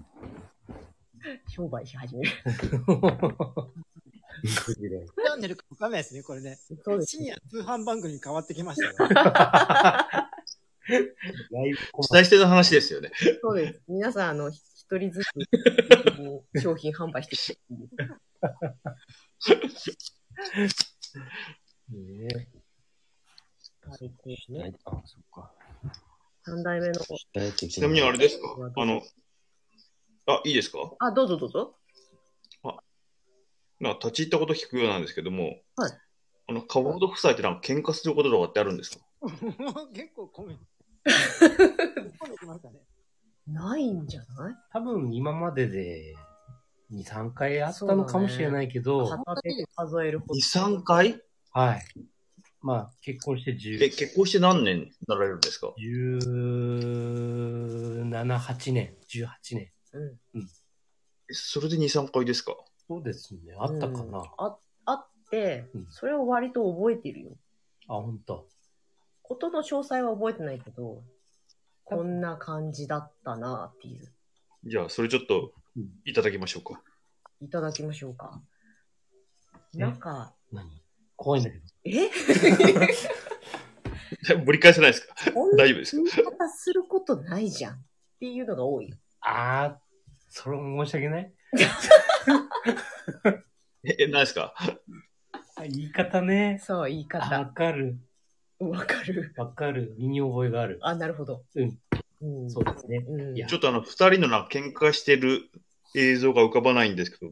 A: 商売し始める。
D: 読んでるかわかんないですね、これね。
A: そうです。
D: 深夜通販番組に変わってきましたよ。
F: 伝えしての話ですよね。
A: そうです。皆さん、あの、ひ一人ずつ、商品販売してきていいですか
C: は
B: ね
C: いあ、そっか。
A: 三代目の。
C: ち
F: ちなみにあれですかあの、あ、いいですか
A: あ、どうぞどうぞ。
F: なんか立ち入ったこと聞くようなんですけども、
A: はい
F: あの、カボード夫妻ってなんか喧嘩することとかってあるんですか
D: もう結構コメント。突っ込んできましたね
A: ないんじゃない
B: 多分今までで2、3回あったのかもしれないけど、
A: 片手で数えるほど。
F: 2、3回
B: はい。まあ、結婚して
F: え、
B: 10
F: 結婚して何年になられるんですか
B: 17、8年、18年。
A: うん
F: えそれで2、3回ですか
B: そうですね。あったかな。
A: うんああって
B: うん、
A: それを割と覚えてるよ。
B: あ、ほんと。
A: ことの詳細は覚えてないけど、こんな感じだったなっていう。
F: じゃあ、それちょっと
B: うん
F: いただきましょうか。
A: いただきましょうか。
B: ね
A: なんか、
B: 何怖いんだけど。
A: え
F: ぶり返せないですか
A: こんな
F: 大丈夫です
A: 言い方することないじゃんっていうのが多いよ。
B: あー、それも申し訳ない。
F: え、え何ですか
B: あ言い方ね。
A: そう、言い
B: あわ
A: 方。
B: かる。
A: わかる。
B: わかる。身に覚えがある。
A: あ、なるほど。
B: うん。
A: うん。
B: そうですね。
A: うん。
B: いや
F: ちょっとあの、二人のな、喧嘩してる映像が浮かばないんですけど、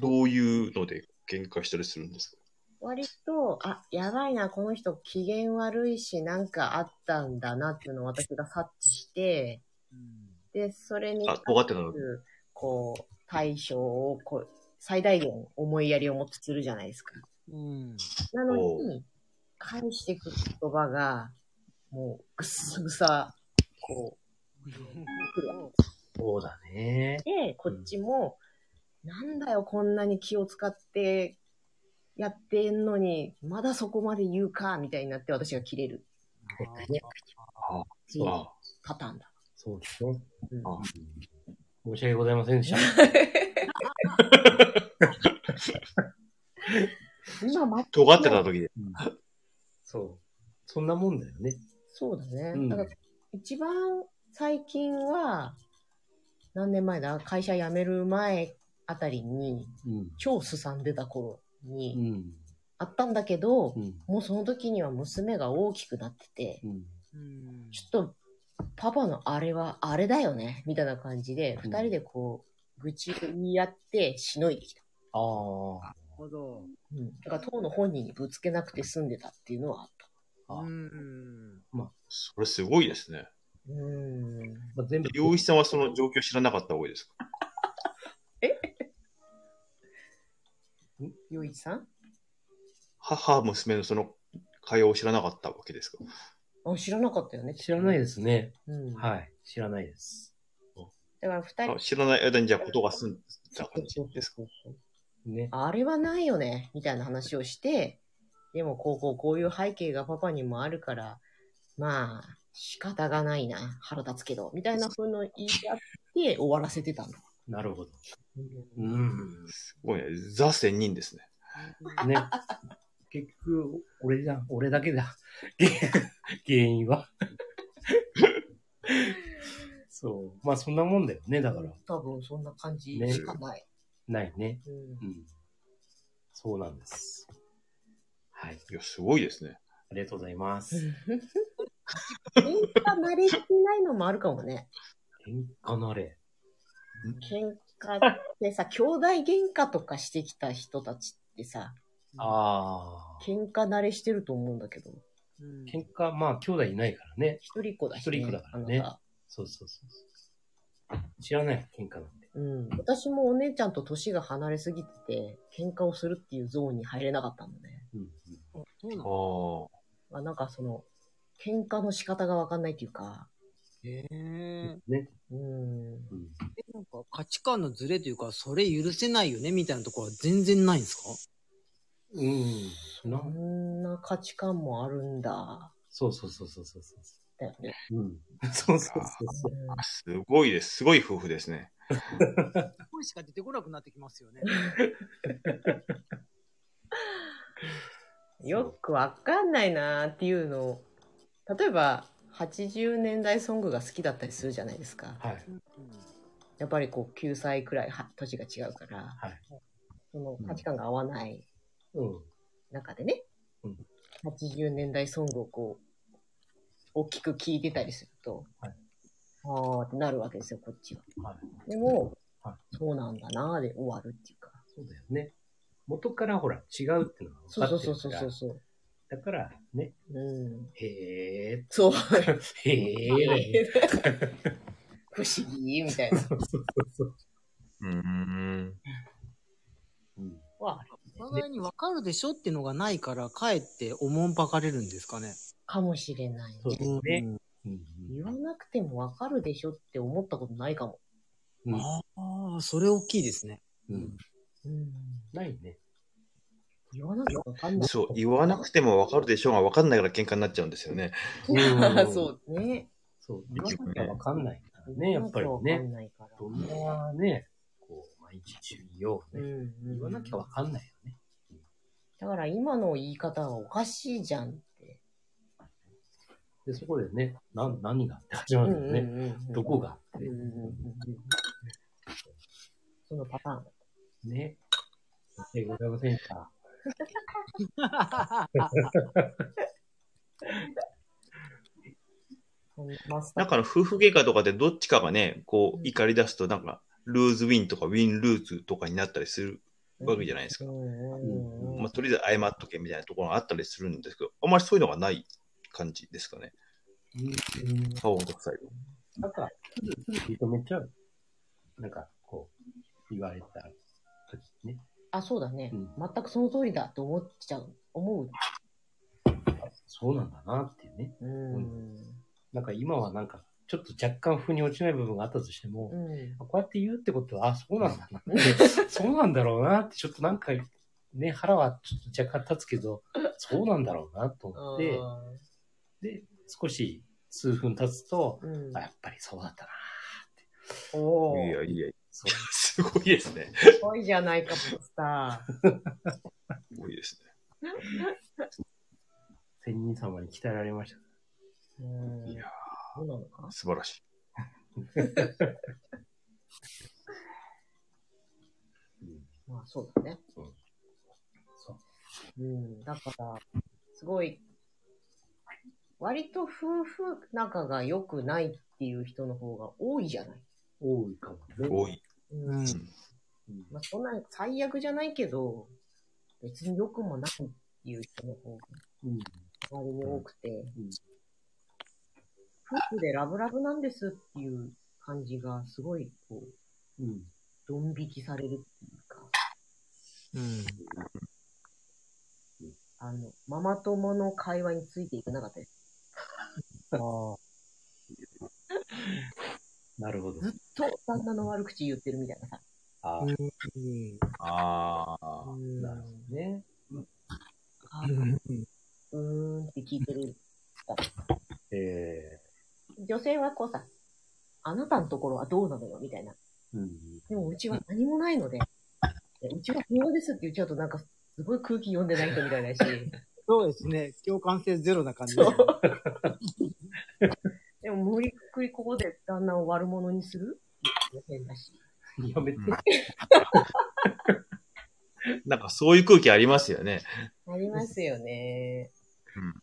F: どういうので喧嘩したりするんですか
A: 割と、あ、やばいな、この人機嫌悪いし、なんかあったんだなっていうのを私が察知して、で、それに
F: あ、尖ってたの。
A: こう、対処をこう、最大限思いやりを持ってするじゃないですか。
D: うん。
A: なの
F: お
A: に、返してくる言葉が、もう、ぐっさぐさ、こ う、来るわ
B: そうだね。
A: けで、こっちも、なんだよ、こんなに気を使って、やってんのに、まだそこまで言うか、みたいになって私が切れる。っていう
B: あ
A: パターンだ。
B: そうですね。
A: うん
B: あ申し訳ございませんでした。
A: 今、ま、
F: 尖ってた時で。
B: そう。そんなもんだよね。
A: そうだね。
B: うん
A: だから、一番最近は、何年前だ会社辞める前あたりに、
B: うん。
A: 超すさんでた頃に、
B: うん。
A: あったんだけど、
B: うん。
A: もうその時には娘が大きくなってて、
B: うん。
D: うん
A: ちょっとパパのあれはあれだよね、みたいな感じで、
B: うん
A: 二人でこう、愚痴を言い合ってしのいできた。
B: ああ。
D: なるほど。
A: うん。だから当の本人にぶつけなくて済んでたっていうのはあった。
B: あ
D: うん。
F: それすごいですね。
A: うーん。
B: まあ、全部、
F: 洋一さんはその状況知らなかった方がいいですか
A: ゆういちさん
F: 母、娘のその会話を知らなかったわけですか
A: あ、知らなかったよね。
B: 知らないですね。
A: うん。い。
B: はい。知らないです。
A: だから二
F: あ
A: 人、
F: 知らない間にじゃあことが済んだ感じですか
B: ね。
A: あれはないよね、みたいな話をして、でもこうこうこういう背景がパパにもあるから、まあ、仕方がないな、腹立つけど、みたいな風の言い合って終わらせてたの。
B: なるほど。うん。
F: すごいね。ザ仙人ですね。
B: ね。結局、俺じゃん。俺だけだ。 原原因は。そう。まあ、そんなもんだよね。だから、
A: 多分そんな感じしかない。
B: ないね。
A: うん
B: うん。そうなんです。はい。
F: いや、すごいですね。
B: ありがとうございます。
A: 喧嘩慣れしてないのもあるかもね。
B: 喧嘩なれ。
A: 喧嘩ってさ、兄弟喧嘩とかしてきた人たちってさ、
B: ああ。
A: 喧嘩慣れしてると思うんだけど、
B: 喧嘩、まあ、兄弟いないからね。
A: 一人っ子だし、
B: 一人っ子だからね
A: あのさ
B: そうそうそうそう。知らない、喧嘩なんて。
A: うん、私もお姉ちゃんと年が離れすぎてて、喧嘩をするっていうゾーンに入れなかったんだね。
B: うんうん。
D: そうな
F: ああ
D: の。
A: まあ、なんかその、喧嘩の仕方がわかんないっていうか、
D: へえ。
B: ね。
A: うん、
B: うん。
D: えなんか価値観のズレというか、それ許せないよねみたいなところは全然ないんですか
B: うん。な
A: こんな価値観もあるんだ、
B: そうそうそうそうそうそ
A: だよね。
B: う。うん。 そうそうそうそう。
A: うん
F: すごいです。すごい夫婦ですね。
D: 声しか出てこなくなってきますよね。
A: よくわかんないなーっていうのを例えば80年代ソングが好きだったりするじゃないですか
B: はい。
A: やっぱりこう9歳くらいは年が違うから、
B: はい
A: その価値観が合わない
B: うん。
A: 中でね、
B: うん
A: 80年代ソングをこう大きく聴いてたりすると、
B: はい
A: ああってなるわけですよこっちは、
B: は
A: でも、
B: は
A: そうなんだなーで終わるっていうか
B: そうだよね。元からほら、違うっていうのが分
A: そう
B: か
A: そう
B: って
A: そ
B: る
A: うそう
B: か
A: そ
B: ら
A: う。そう
B: だから、ね。
A: うん
B: へえ。
A: そう
B: へえ。
A: 不思議みたいな
B: そうそうそうそう。
F: うーん。
D: 互いに分かるでしょっていうのがないから、かえっておもんぱかれるんですかね。
A: かもしれない。
B: そうですね。
A: 言わなくてもわかるでしょって思ったことないかも。
B: うん
D: ああ、それ大きいですね。
B: うん
A: うん、
B: ないね。
A: 言わなきゃわかんない。
F: そう、言わなくても分かるでしょうが分かんないから喧嘩になっちゃうんですよね。
B: う ん
A: そうね。
B: そう。言わなきゃわかんないからね、やっぱり
A: 言わなきゃわか
B: ね。
A: んないから。
B: どんなね、こう、毎日注意をね、言わなきゃわかんないよね。
A: だから今の言い方はおかしいじゃんって。
B: で、そこでね、な何がって始まるよね。
A: うんうんうんうん
B: どこがっ
A: うんうんうんうんそのパターン。
B: て。ね。申し訳ございませんでした。
A: そのマスタ
F: だ
A: ー
F: から夫婦喧嘩とかでどっちかがね、こう怒り出すと、なんか、ルーズウィンとかウィンルーズとかになったりするわけじゃないですか。
A: うんうんうん
F: まあ、とりあえず謝っとけみたいなところがあったりするんですけど、あんまりそういうのがない感じですかね。顔を出される
B: なんか、すぐ認めちゃう。なんか、こう、言われた時ね。
A: あ、そうだね、
B: うん
A: 全くその通りだって思っちゃう。思
B: そうなんだなっていうね。
A: う。うん。
B: なんか今はなんか、ちょっと若干腑に落ちない部分があったとしても、
A: うん。
B: こうやって言うってことは、あ、そうなんだなって、 そうなんだろうなって、ちょっとなんか、ね、腹はちょっと若干立つけど、そうなんだろうなと思って、で、少し数分経つと、
A: うん
B: あ、やっぱりそうだったな。
A: おお、
F: いやいや、
B: そう
F: すごいですね。
A: すごいじゃないか、マスター。
F: すごいですね。
B: 仙人様に鍛えられました。
A: うん。
F: いや
A: そうなのか
F: 素晴らしい。
A: まあそうだね。
B: そ
A: う
B: う。
A: ん。だから、すごい、割と夫婦仲が良くないっていう人の方が多いじゃない。
B: 多いかもね。
F: 多い。
A: う
D: うん。
B: うん
A: まあそんな最悪じゃないけど、別に良くもないっていう人の方が
B: うん
A: 周りに多くて、
B: ん
A: 夫婦でラブラブなんですっていう感じがすごいこう、
B: うん
A: ドン引きされるっていうか、
D: うん。
A: あの、ママ友の会話についていけなかったです。
B: なるほど。
A: と、旦那の悪口言ってるみたいなさ。
B: あ
D: う
B: あ、
D: ん。
F: ああ。
B: なるほどね。
A: あうーんって聞いてる。
B: ええ
A: 女性はこうさ、あなたのところはどうなのよみたいな。
B: うん。
A: でもうちは何もないので、うちは平和ですって言っちゃうとなんか、すごい空気読んでない人みたいだし、
D: そうですね。共感性ゼロな感じ。
A: でも無理くりここで旦那を悪者にする変だし。
B: やめて。
F: なんかそういう空気ありますよね。
A: ありますよね。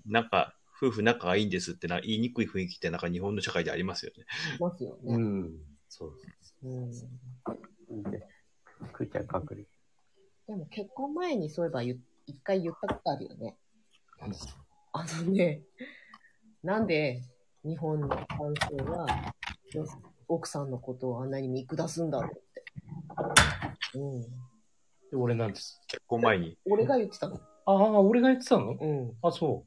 F: うん、なんか、夫婦仲がいいんですってな、言いにくい雰囲気ってなんか日本の社会でありますよね。
A: ますよ
B: う
A: ね。
B: ん。そうです。
A: うん。で
C: くちゃかくれ。
A: も結婚前にそういえば言っ一回言ったことあるよね。あのね、なんで日本の男性はよ奥さんのことをあんなに見下すんだろうって。うん。
B: で俺なんです。
F: 結婚前 に。
A: 俺が言ってたの。
B: ああ、俺が言ってたの
A: うん。
B: あ、そ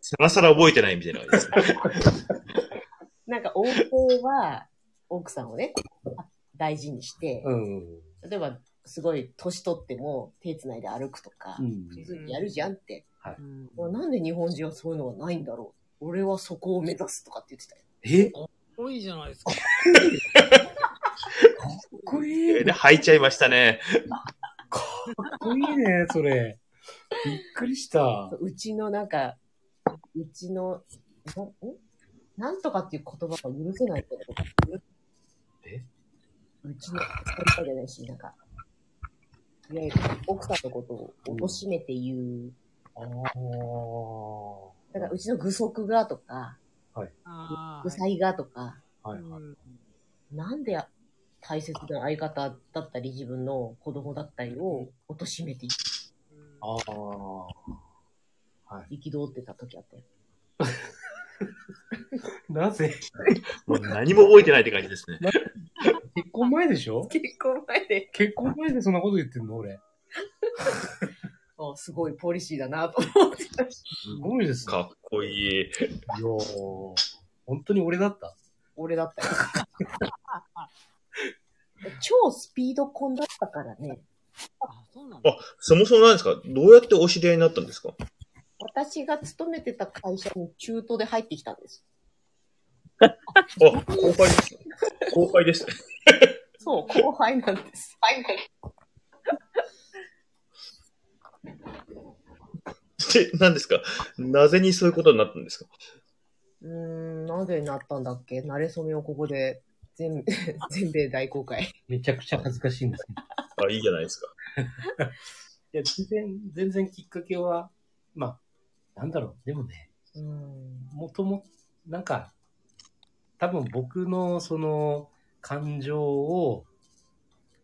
F: さらさら覚えてないみたいな感じですね。
A: なんか欧米は奥さんをね、大事にして
B: う。、うん。
A: 例えばすごい年取っても手つないで歩くとか
B: う、ん。
A: 普通にやるじゃんって。
D: うん
A: なんで日本人はそういうのがないんだろう。俺はそこを目指すとかって言ってたよ。
B: え
D: 多いじゃないですか。
A: かっこいい
F: で、吐いちゃいましたね。
B: かっこいいね、それ。びっくりした。
A: うちのなんか、うちの、なんんなんとかっていう言葉が許せないってことか。
B: え
A: うちの、そういうじゃないし、なんか、いわゆる奥さんのことを貶めて言う、
B: ああ。
A: だからうちの具足がとか、
D: あ
A: 具才がとか、
B: はいはい。
D: あ。
A: なんで大切な相方だったり自分の子供だったりを貶めて
B: ああ。
A: 憤ってた時あったよ。
B: なぜ
F: もう何も覚えてないって感じですね。
B: 結婚前でしょ
A: 結婚前で、
B: 結婚前でそんなこと言ってんの俺。
A: あすごいポリシーだなと思って。
B: すごいですね。
F: かっこいい。
B: いやー本当に俺だった。
A: 俺だったよ。超スピード婚だったからね。
D: あ、そうなんだ。
F: あそもそもなんですかどうやってお知り合いになったんですか
A: 私が勤めてた会社に中途で入ってきたんです。
F: あ、後輩です。後輩です。
A: そう、後輩なんです。
F: で、何ですかなぜにそういうことになったんですか
A: うーん、なぜなったんだっけ慣れ初めをここで全 全米大公開。
B: めちゃくちゃ恥ずかしいんですけど。
F: あ、いいじゃないですか。
B: いや、全然、全然きっかけは、まあ、なんだろう。でもね、
A: うん。
B: もとも、なんか、多分僕のその感情を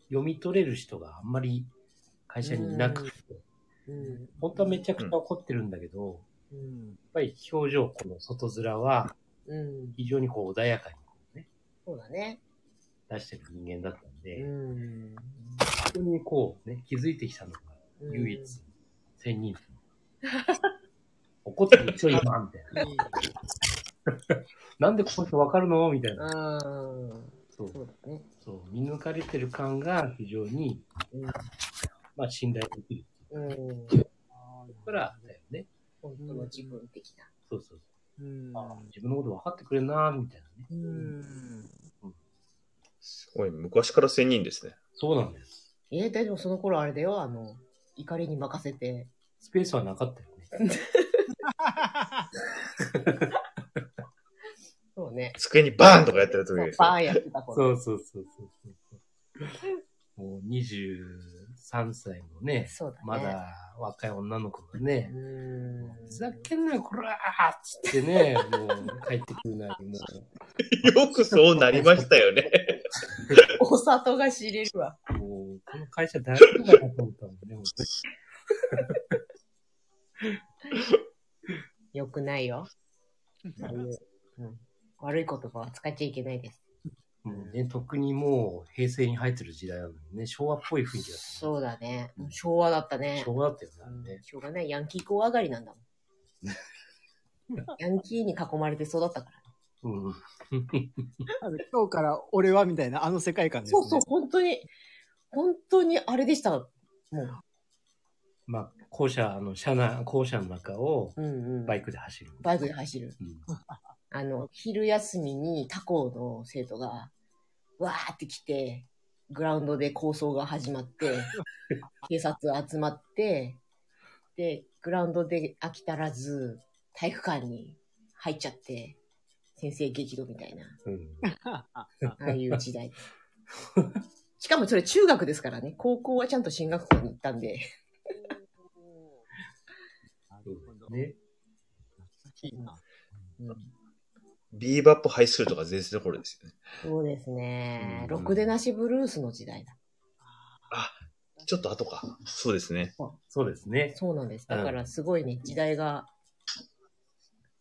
B: 読み取れる人があんまり会社にいなくて、
A: うん。
B: 本当はめちゃくちゃ怒ってるんだけど、やっ
A: うん。
B: ぱり表情、この外面は
A: うん。
B: 非常にこう穏やかに
A: そうだね。
B: 出してる人間だったんで、
A: ん。
B: 本当にこうね、気づいてきたのが唯一、千人。怒ってる人今、みたいな。なんでこの人わかるのみたいな。
A: うん。うん。
B: そう
A: そうだね。
B: そう、見抜かれてる感が非常に、まあ、信頼できる。
A: うん。
B: だから、だよね。
A: 本当の自分的な。
B: そうそう
D: うん
B: そう。あー自分のこと分かってくれんな、みたいなね。
D: うん。
F: すごい、昔から千人ですね。
B: そうなんです。
A: えー、でもその頃あれだよ、あの、怒りに任せて。
B: スペースはなかったよね。
A: そうね。
F: 机にバーンとかやってる時ですね。
A: バーやってた 頃。
B: そうそうそうそうそう。もう23歳のね、
A: そうだね。
B: ま。だ若い女の子が
A: う
B: ね、
A: ーん。
B: ふざけんなよ、こらーっつってね、もう帰ってくるなり、も
F: よくそうなりましたよね。
A: お砂糖が仕入れるわ。
B: う、もうこの会社大丈夫かなと思ったもんね、本当に
A: よくないよ。そういううん、悪い言葉は使っちゃいけないです。
B: もうね、特にもう平成に入ってる時代なのにね、昭和っぽい雰囲気だったね、
A: そうだね。昭和だったね。
B: 昭和だったよね、あ
A: うん
B: れね。
A: しょうがない。ヤンキー校上がりなんだ もん。ヤンキーに囲まれて育ったから。
B: うん。
D: 今日から俺はみたいな、あの世界観です
A: そ
D: ね。
A: うそう、本当に、本当にあれでした。も
B: まあ、校舎、あの、車内、校舎の中を
A: う。うんうん。
B: バイクで走る。
A: バイクで走る。
B: うん。
A: あの、昼休みに他校の生徒が、わーって来て、グラウンドで抗争が始ま って、警察集まって、で、グラウンドで飽き足らず、体育館に入っちゃって、先生激怒みたいな、
B: うん。
A: ああいう時代。 しかもそれ中学ですからね、高校はちゃんと進学校に行ったんで、
D: な
B: そ
D: る
B: う
D: ほ
B: だ
D: ど
B: よね。
F: ビーバップハイスクールとか全盛の頃ですよね。
A: そうですね、
B: うん
A: ろくでなしブルースの時代だ。
F: ちょっと後か。そうですね。
B: そうですね。
A: そうなんです。だからすごいね、時代が、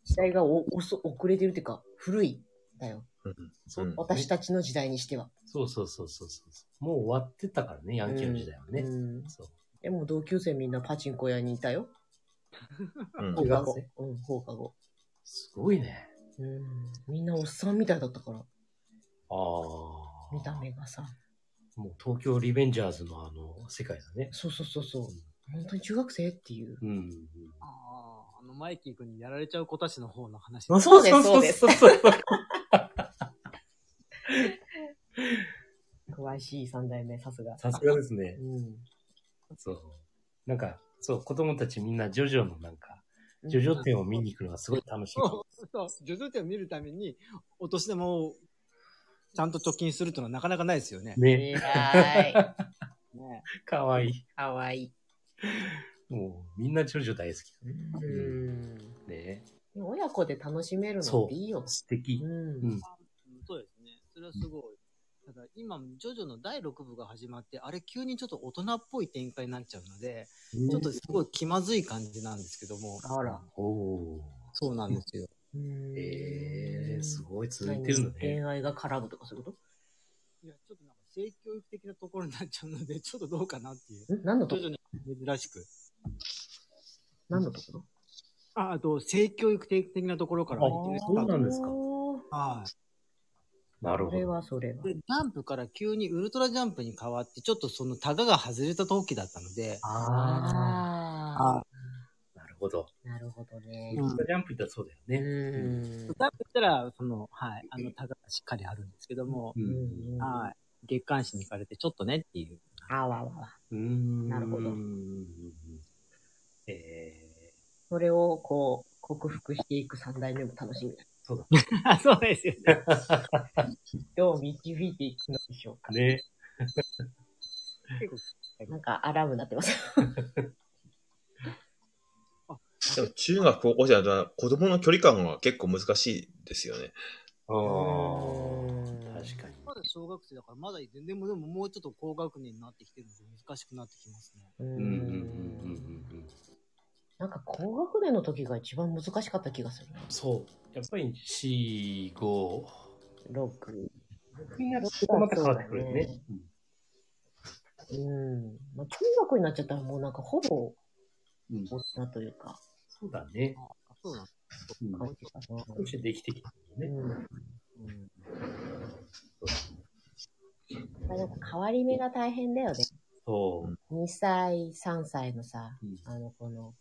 A: 時代がお遅遅れてるっていうか、古いんだよ。
F: うんうん
A: 私たちの時代にしては。
B: そうそうそうそうそう。もう終わってたからね、ヤンキーの時代はね。
A: うん
B: そう。
A: でも同級生みんなパチンコ屋にいたよ。
F: うん
A: 放課後
B: 中。
A: うん、放課後。
B: すごいね。
A: うん。みんなおっさんみたいだったから、
B: ああ。
A: 見た目がさ。
B: もう東京リベンジャーズのあの、世界だね。
A: そうそうそうそう。本当に中学生っていう。
B: うん。
D: ああ、あのマイキー君にやられちゃう子たちの方の話。
A: そうですそうです
B: そうそうそう。
A: 詳しい三代目、さすが。
B: さすがですね
A: う。ん。
B: そう。なんか、そう、子供たちみんなジョジョのなんか、ジョジョ展を見に行くのがすごい楽しい。
D: そうそう、徐々点を見るために、お年玉をちゃんと貯金するというのはなかなかないですよね。
B: ね。
A: 偉
D: ね
B: かわいい。
A: い。かわいい。
B: もう、みんなジョジョ大好き
A: うん。
B: だね。
A: 親子で楽しめるのっていいよ。
B: 素敵
A: う。ん
B: うん。
D: そうですね。それはすごい。ただ今、ジョジョの第6部が始まって、あれ急にちょっと大人っぽい展開になっちゃうので、ちょっとすごい気まずい感じなんですけども。
A: あら。
B: おお
D: そうなんですよ。
B: ー。えー、すごい続いてるの
A: 何
B: ね。
A: 恋愛が絡むとかそういうこと
D: いや、ちょっとなんか性教育的なところになっちゃうので、ちょっとどうかなっていう。
A: ん何のと
D: 徐
A: こ
D: 々に珍しく。
A: 何のところ
D: あ、あと、性教育的なところから
B: あ
D: いきりス
B: そう
D: タ
B: な
D: ー
B: ん
D: ト
B: ですか
D: は。
B: なる
A: そ
B: ほ
A: れ
B: ど。
A: はそれはい
D: で、ジャンプから急にウルトラジャンプに変わって、ちょっとそのタガが外れた時だったので、
B: あ
A: あ
D: あ
B: あ、なるほど。
A: ー。なるほどね。
D: うん
B: ジャンプ行ったらそうだよ
A: う
B: ね。
A: ん。
D: だったら、その、はい、あのタガがしっかりあるんですけども、
B: う
A: うん
D: はい、月刊誌に行かれてちょっとねっていう。
A: あわわ。
B: ん
A: なるほど。
B: ええ
A: それをこう、克服していく三代目も楽しみだ。
D: あそうですよね。
A: どう導いていくのでしょうか。
B: ー、ね。
A: なんかアラームなってます。
F: でも中学、高校生だと子供の距離感は結構難しいですよね。
B: ああ、
A: うん
B: 確かに。
D: まだ小学生だから、まだ全然、でもでももうちょっと高学年になってきてるので難しくなってきますね。
A: うん
B: うんうんうんうんうん
A: なんか高学年の時が一番難しかった気がするな。
B: そう。やっぱり4、5。
A: 六。
B: みんな
A: そ
B: そうこ
A: ま
B: ま
A: た
B: た
A: 変
B: 変
A: わ
B: わ
A: っく
B: っててく
A: る
B: る
A: よね
B: ね。
A: うん。まあ、中学になっちゃったらもうなんかほぼ
B: うんうん
A: 大人というか、
B: そうだね。
D: あそうなん
B: うん
A: 感じかな。
B: 少しできてきた
A: う
B: ね。
A: ん。まあ、なんか変わり目が大変だよね。
B: そう。
A: 2歳、3歳のさ、
B: うん
A: あの、この、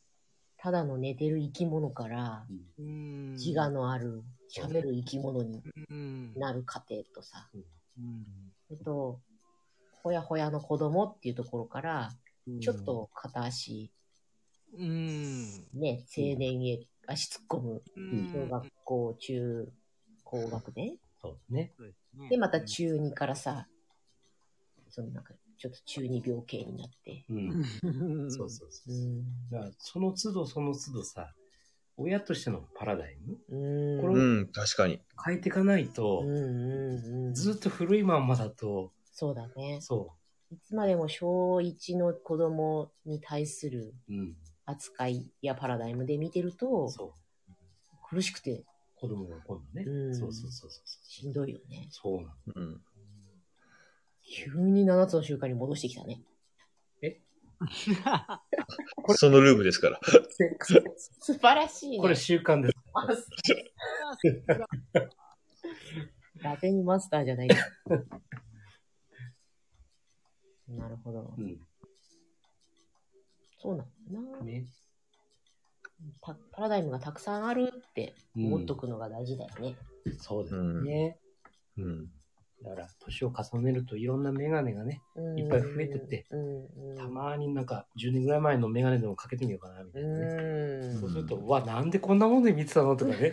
A: ただの寝てる生き物から、
D: うん。
A: 自我のある、喋る生き物に
D: うん。
A: なる過程とさ、
D: うん。
A: えっと、ほやほやの子供っていうところから、
D: うん
A: ちょっ、と片足、
D: うん。
A: ね、青年へ足突っ込む、
D: うん
A: 小学校、中、高学年
B: そうね。
D: そうですね
A: で、また中2からさ、そのなんか、ちょっと中二病系になって。
B: うん。
D: うん
B: そうそうそうう。
A: ん。
B: だから、その都度その都度さ、親としてのパラダイム
A: うん。
B: これ
F: うん、確かに。
B: 変えていかないと
A: うん、うんうん。
B: ずっと古いまんまだと、
A: そうだね。
B: そ
A: いつまでも小1の子供に対する
B: う。うん。
A: 扱いやパラダイムで見てると、
B: そう。
A: 苦しくて
B: 子供が今度ね。
A: うん
B: そうそうそうそう。
A: しんどいよね。
B: そうなの。
F: うん。
A: 急に7つの習慣に戻してきたね。
F: そのルームですから。
A: 素晴らしいね。
B: これ習慣です。
A: 伊達にマスターじゃないか。なるほど。
B: う。。
A: そうなんだなん
B: ね。
A: パパラダイムがたくさんあるって
B: も
A: 思っとくのが大事だよね。
B: そうで
F: う
B: す
F: ん。
B: ね。
F: うん。
B: だから、年を重ねるといろんなメガネがね、
A: うん
B: いっぱい増えてって、
A: うんうん
B: たまになんか10年ぐらい前のメガネでもかけてみようかな、みたいなね。
A: う
B: そ
A: ん
B: うすると、うわ、なんでこんなもんで見てたのとかね。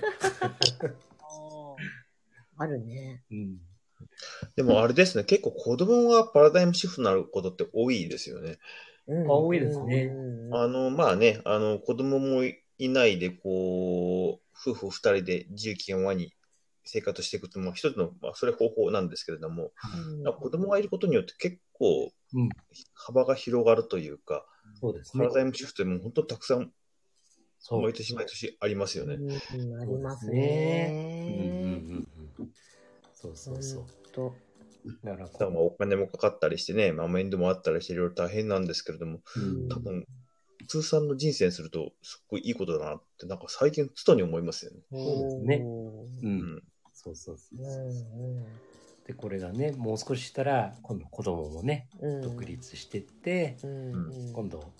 A: あるね。
B: うん。
F: でもあれですね、結構子供がパラダイムシフトになることって多いですよね。
A: うん
B: あ多いですね
A: うん
F: あの、まあね、あの、子供もいないで、こう、夫婦二人で自由気ままに生活していくとも、一つの、まあ、それ方法なんですけれども、
A: うん
F: 子供がいることによって結構
B: うん、
F: 幅が広がるというか、
B: そうです
F: パ
B: ね
F: ラ。ダイムシフトでも本当たくさん、
B: そう。
F: 毎年毎年ありますよね。
A: うんあります
B: うんうん
A: ね。
B: うんうん。そうそうそう。
A: と、
B: だから
F: だからまあお金もかかったりしてね、まあ、面倒もあったりしていろいろ大変なんですけれども、
B: うん
F: 多分、通算の人生にすると、すっごいいいことだなって、なんか最近、つとに思いますよね。
B: そうですねう。
F: うんん。
B: そうそうそうう。
A: ん
B: で、これがね、もう少ししたら、今度子供もね、
A: うん。
B: 独立してって、
A: うん。うん
B: 今度、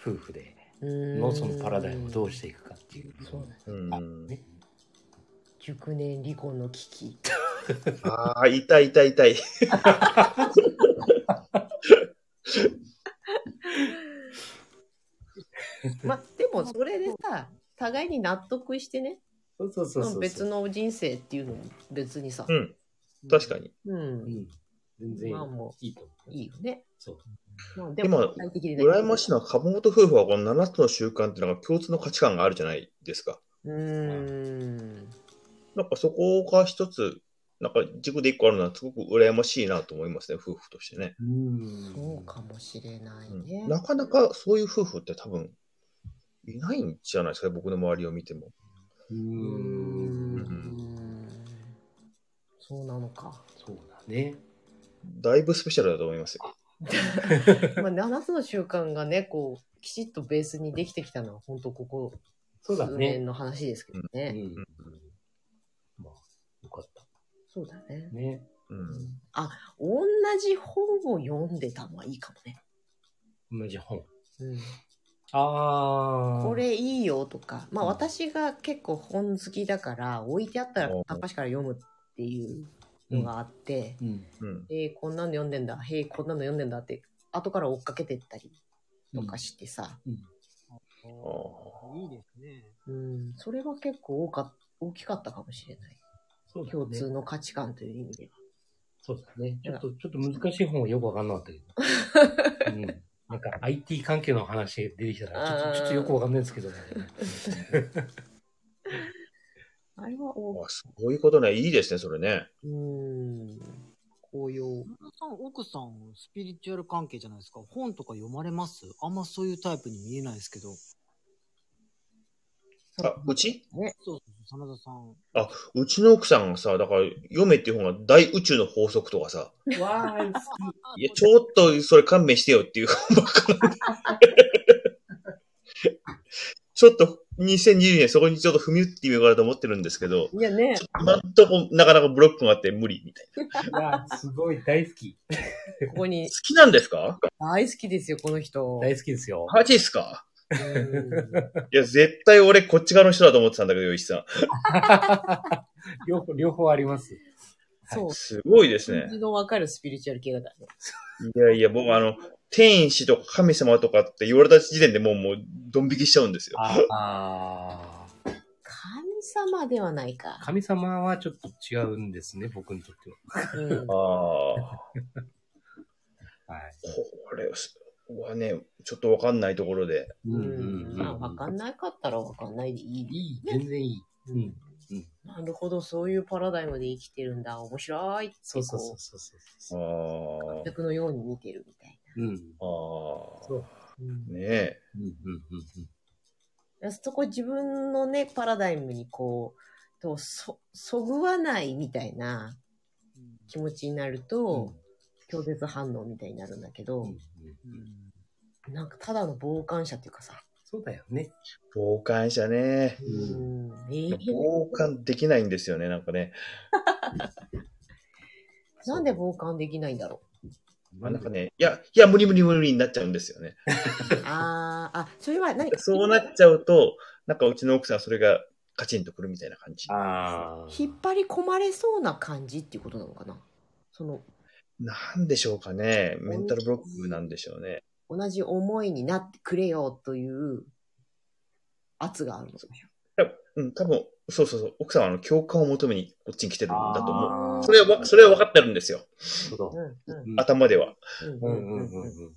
B: 夫婦で
A: うん
B: のそのパラダイムをどうしていくかっていう。
A: そうだね。
F: うん、
B: ね
A: 熟年離婚の危機。
F: ああ、痛い痛い痛い。
A: ま、でもそれでさ、互いに納得してね、
B: そうそうそうそう。
A: 別の人生っていうのも別にさ
F: う、ん、確かに。
A: う。
B: うんん。全然
A: まあも
B: いいと思う。
A: いいよね。
B: そう。
A: まあで
F: 今
A: も、具体的で
F: 羨ましいのは、株元夫婦はこの7つの習慣っていうのが共通の価値観があるじゃないですか。
A: うん。
F: なんかそこが一つ、なんか軸で一個あるのは、すごく羨ましいなと思いますね、夫婦としてね。
B: うん
A: そうかもしれないね。
F: なかなかそういう夫婦って多分、いないんじゃないですか、僕の周りを見ても。
A: う
B: う
A: ー
B: ん。
A: んそうなのか。
B: そうだね。
F: だいぶスペシャルだと思いますよ。
A: まあ、7つの習慣がね、こう、きちっとベースにできてきたのは、本当ここ、
B: そうだ
A: 数
B: ね
A: 年。の話ですけど
B: う
A: ね。
B: ん。まあ、よかった。
A: そうだね。
B: ね。
F: うん。
A: 同じ本を読んでたのはいいかもね。
B: 同じ本。
A: うん、
B: ああ。
A: こ。れいいよとか、まあ
B: うん
A: 私が結構本好きだから、置いてあったら
F: おー
A: 片っ端から読むっていうのがあって、
B: うん。
F: うん。
A: えーこんなの読んでんだ、へえ、こんなの読んでんだって、後から追っかけてったりとかしてさ、
B: うん。
D: いいですね。
A: うん、それは結構多か大きかったかもしれない。
B: そうだね
A: 共通の価値観という意味では。
B: そうだね。ちょっと、ちょっと難しい本はよくわかんなかった けど。うん。なんか IT 関係の話出てきたから、ちょっ
A: あー
B: とちょっとよくわかんないですけどね。
A: あれは大
F: あそういうことね。いいですね、それね。
A: きうん、紅葉。
D: 皆さん、奥さん、スピリチュアル関係じゃないですか。本とか読まれますあんまそういうタイプに見えないですけど。
F: あ、うち
D: そうそう、真田さん。
F: あ、うちの奥さんがさ、だから、読めっていう本が大宇宙の法則とかさ、
B: わーい。
F: いや、ちょっとそれ勘弁してよっていう 本ばっかなんでちょっと、2020年そこにちょっと踏み打ってみようかなと思ってるんですけど、
A: いやね、
F: 今んとこなかなかブロックがあって無理みたいな。
B: いや、すごい大好き。
A: ここに
F: 好きなんですか
A: 大好きですよ、この人。
B: 大好きですよ。
F: マジですか
A: うん
F: いや、絶対俺こっち側の人だと思ってたんだけど、石さん。
B: 両方、両方あります。
A: そう。
F: すごいですね
A: 感。じのわかるスピリチュアル系だね。
F: いやいや、僕あの、天使とか神様とかって言われた時点でもう、もう、ドン引きしちゃうんですよ。
B: ああ。
A: 神様ではないか。
B: 神様はちょっと違うんですね、僕にとって
A: うん
F: ああ。こ
B: は。はい。
F: れはね、ちょっとわかんないところで。
B: う
A: うんまあ、わか
B: い。
A: んなかったらわかんないでいい。
B: いい、全然いい。うん。
A: なるほど、そういうパラダイムで生きてるんだ。面白いってこ
B: そうそうそうそうそう
F: あ
B: そ
F: あ
B: う。。
A: 逆のように見てるみたい
B: うん。うん
F: ああ。
B: そう
F: ねえ。
B: うんうん
A: な。そこ自分のね、パラダイムにこう、とそ、そぐわないみたいな気持ちになる
B: うん
A: と、拒絶反応みたいになるんだけ
B: う
A: ど
B: んう、ん。
A: なんかただの傍観者っていうかさ、
B: そうだよね。
F: 傍観者ね。
A: うん、ええ
F: 傍観できないんですよね、なんかね。
A: なんで傍観できないんだろう。
F: まあ、なんかね、いや、いや、無理無理無理になっちゃうんですよね。
A: あーあ、それは何か
F: そうなっちゃうと、なんかうちの奥さんそれがカチンとくるみたいな感じ。
B: ああ。
A: 引っ張り込まれそうな感じっていうことなのかなその
F: なんでしょうかね。メンタルブロックなんでしょうね。
A: 同じ思いになってくれよという圧があるのか
F: 多分うん、多分、そうそうそう、奥さんはあの共感を求めにこっちに来てるんだと思う。
B: 思
F: それはわ、それは分かってるんですよ。
B: っ
A: なうん
F: 頭では。
A: う
B: う
A: んん
B: う
A: うんん
B: うん
A: う
B: うん。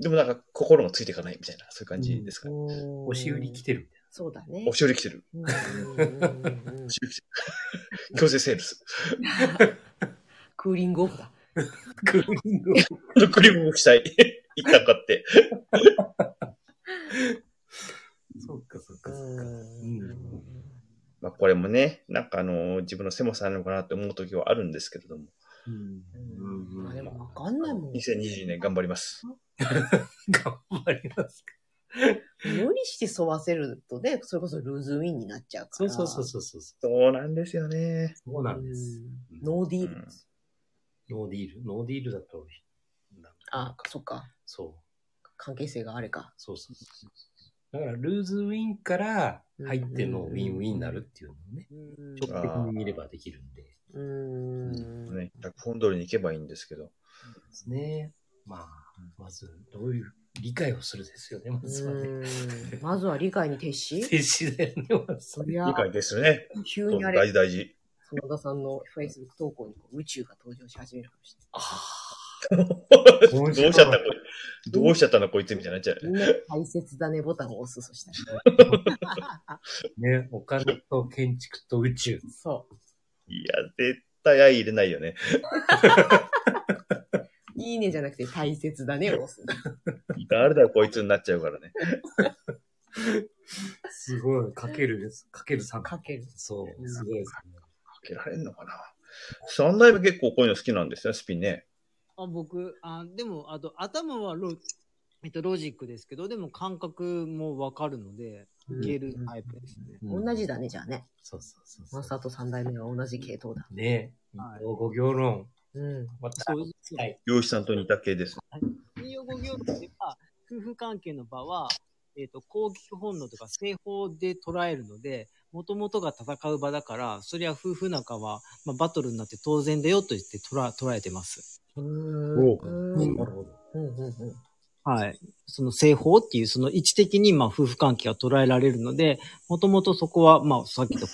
F: でもなんか心がついていかないみたいな、そういう感じですかね。
A: ん。
B: 押し売り来てるみたい
A: そうだね。
F: 押し売り来てる。
A: うんうんうんうん
F: 押し売り来てる。強制セールス。
A: クーリングオフだ。
B: な。クーリングを
F: クリームしたい。 一旦買って。
B: そうかそう
A: う
B: かそうか。
A: ん
F: まあこれもね、なんかあのー自分の狭さなのかなと思う時はあるんですけれども、
B: うん
A: まあでもわかんないもん。無
F: 2022年頑張ります。
B: 頑張りますか。
A: 理して沿わせるとね、それこそルーズウィンになっちゃうか
B: そう
A: ら。
B: そうそうそうそう。そ
F: そうなんですよね。
B: うなんです。
A: うんノーディールです。
B: ノーディール。ノーディールだと、なんか
A: あ、そっか。
B: そう。
A: 関係性があれか。
B: そうそうそうそう。だから、ルーズウィンから入っての
A: うん
B: ウ
A: うんうん
B: ィンウィンになるっていうのをね、
D: うん
B: 直的に見ればできるんで。で
A: うーん。
F: ね、100本通りに行けばいいんですけど。
B: すね。まあ、まず、どういう理解をするですよね、ま
A: う
B: ずはね。
A: ーんまずは理解に徹し、
B: 停止だよね、まず
A: そ。りゃ
F: 理、解ですね。
A: 急にあ
F: 大
A: れ、
F: 事大事。
A: 園田さんの Facebook 投稿にこう宇宙が登場し始めるかもし
B: あ
F: どうしちゃったこいどうしちゃったのこいつみたいになっちゃう
A: れ
F: ね。
A: ない。みんな大切だねボタンを押す、そしたら。
B: ーね、お金と建築と宇宙。
A: そう。
F: いや、絶対相入れないよね。
A: いいねじゃなくて大切だねを押す。
F: 誰だよこいつになっちゃうからね。
B: すごい、かけるです。かける3。
A: かける。
B: そう、すごいですね。
F: かけられんのかなサンライブ結構こういうの好きなんですね、スピンね。
D: あ僕あ、でも、あと、頭はロ,、えっと、ロジックですけど、でも感覚もわかるので、
B: うん
D: いけるタイプですね。
A: 同じだね、じゃあね。
B: そうそうそうそう。
A: マサと三代目は同じ系統だ。
B: ねえ、
D: はい
B: 五行論。
A: うん。
B: また
D: そうです
B: は
D: ね。
B: い
F: 漁師さんと似た系ですね。
D: 引用語行では、夫婦関係の場は、えっ、と、攻撃本能とか性法で捉えるので、元々が戦う場だから、そりゃ夫婦仲は、まあ、バトルになって当然だよと言って捉捉えてます。
A: うーん。うん
B: なるほど。
A: うんうん。
D: はい。その性法っていう、その位置的に、まあ、夫婦関係が捉えられるので、元々そこは、まあ、さっきと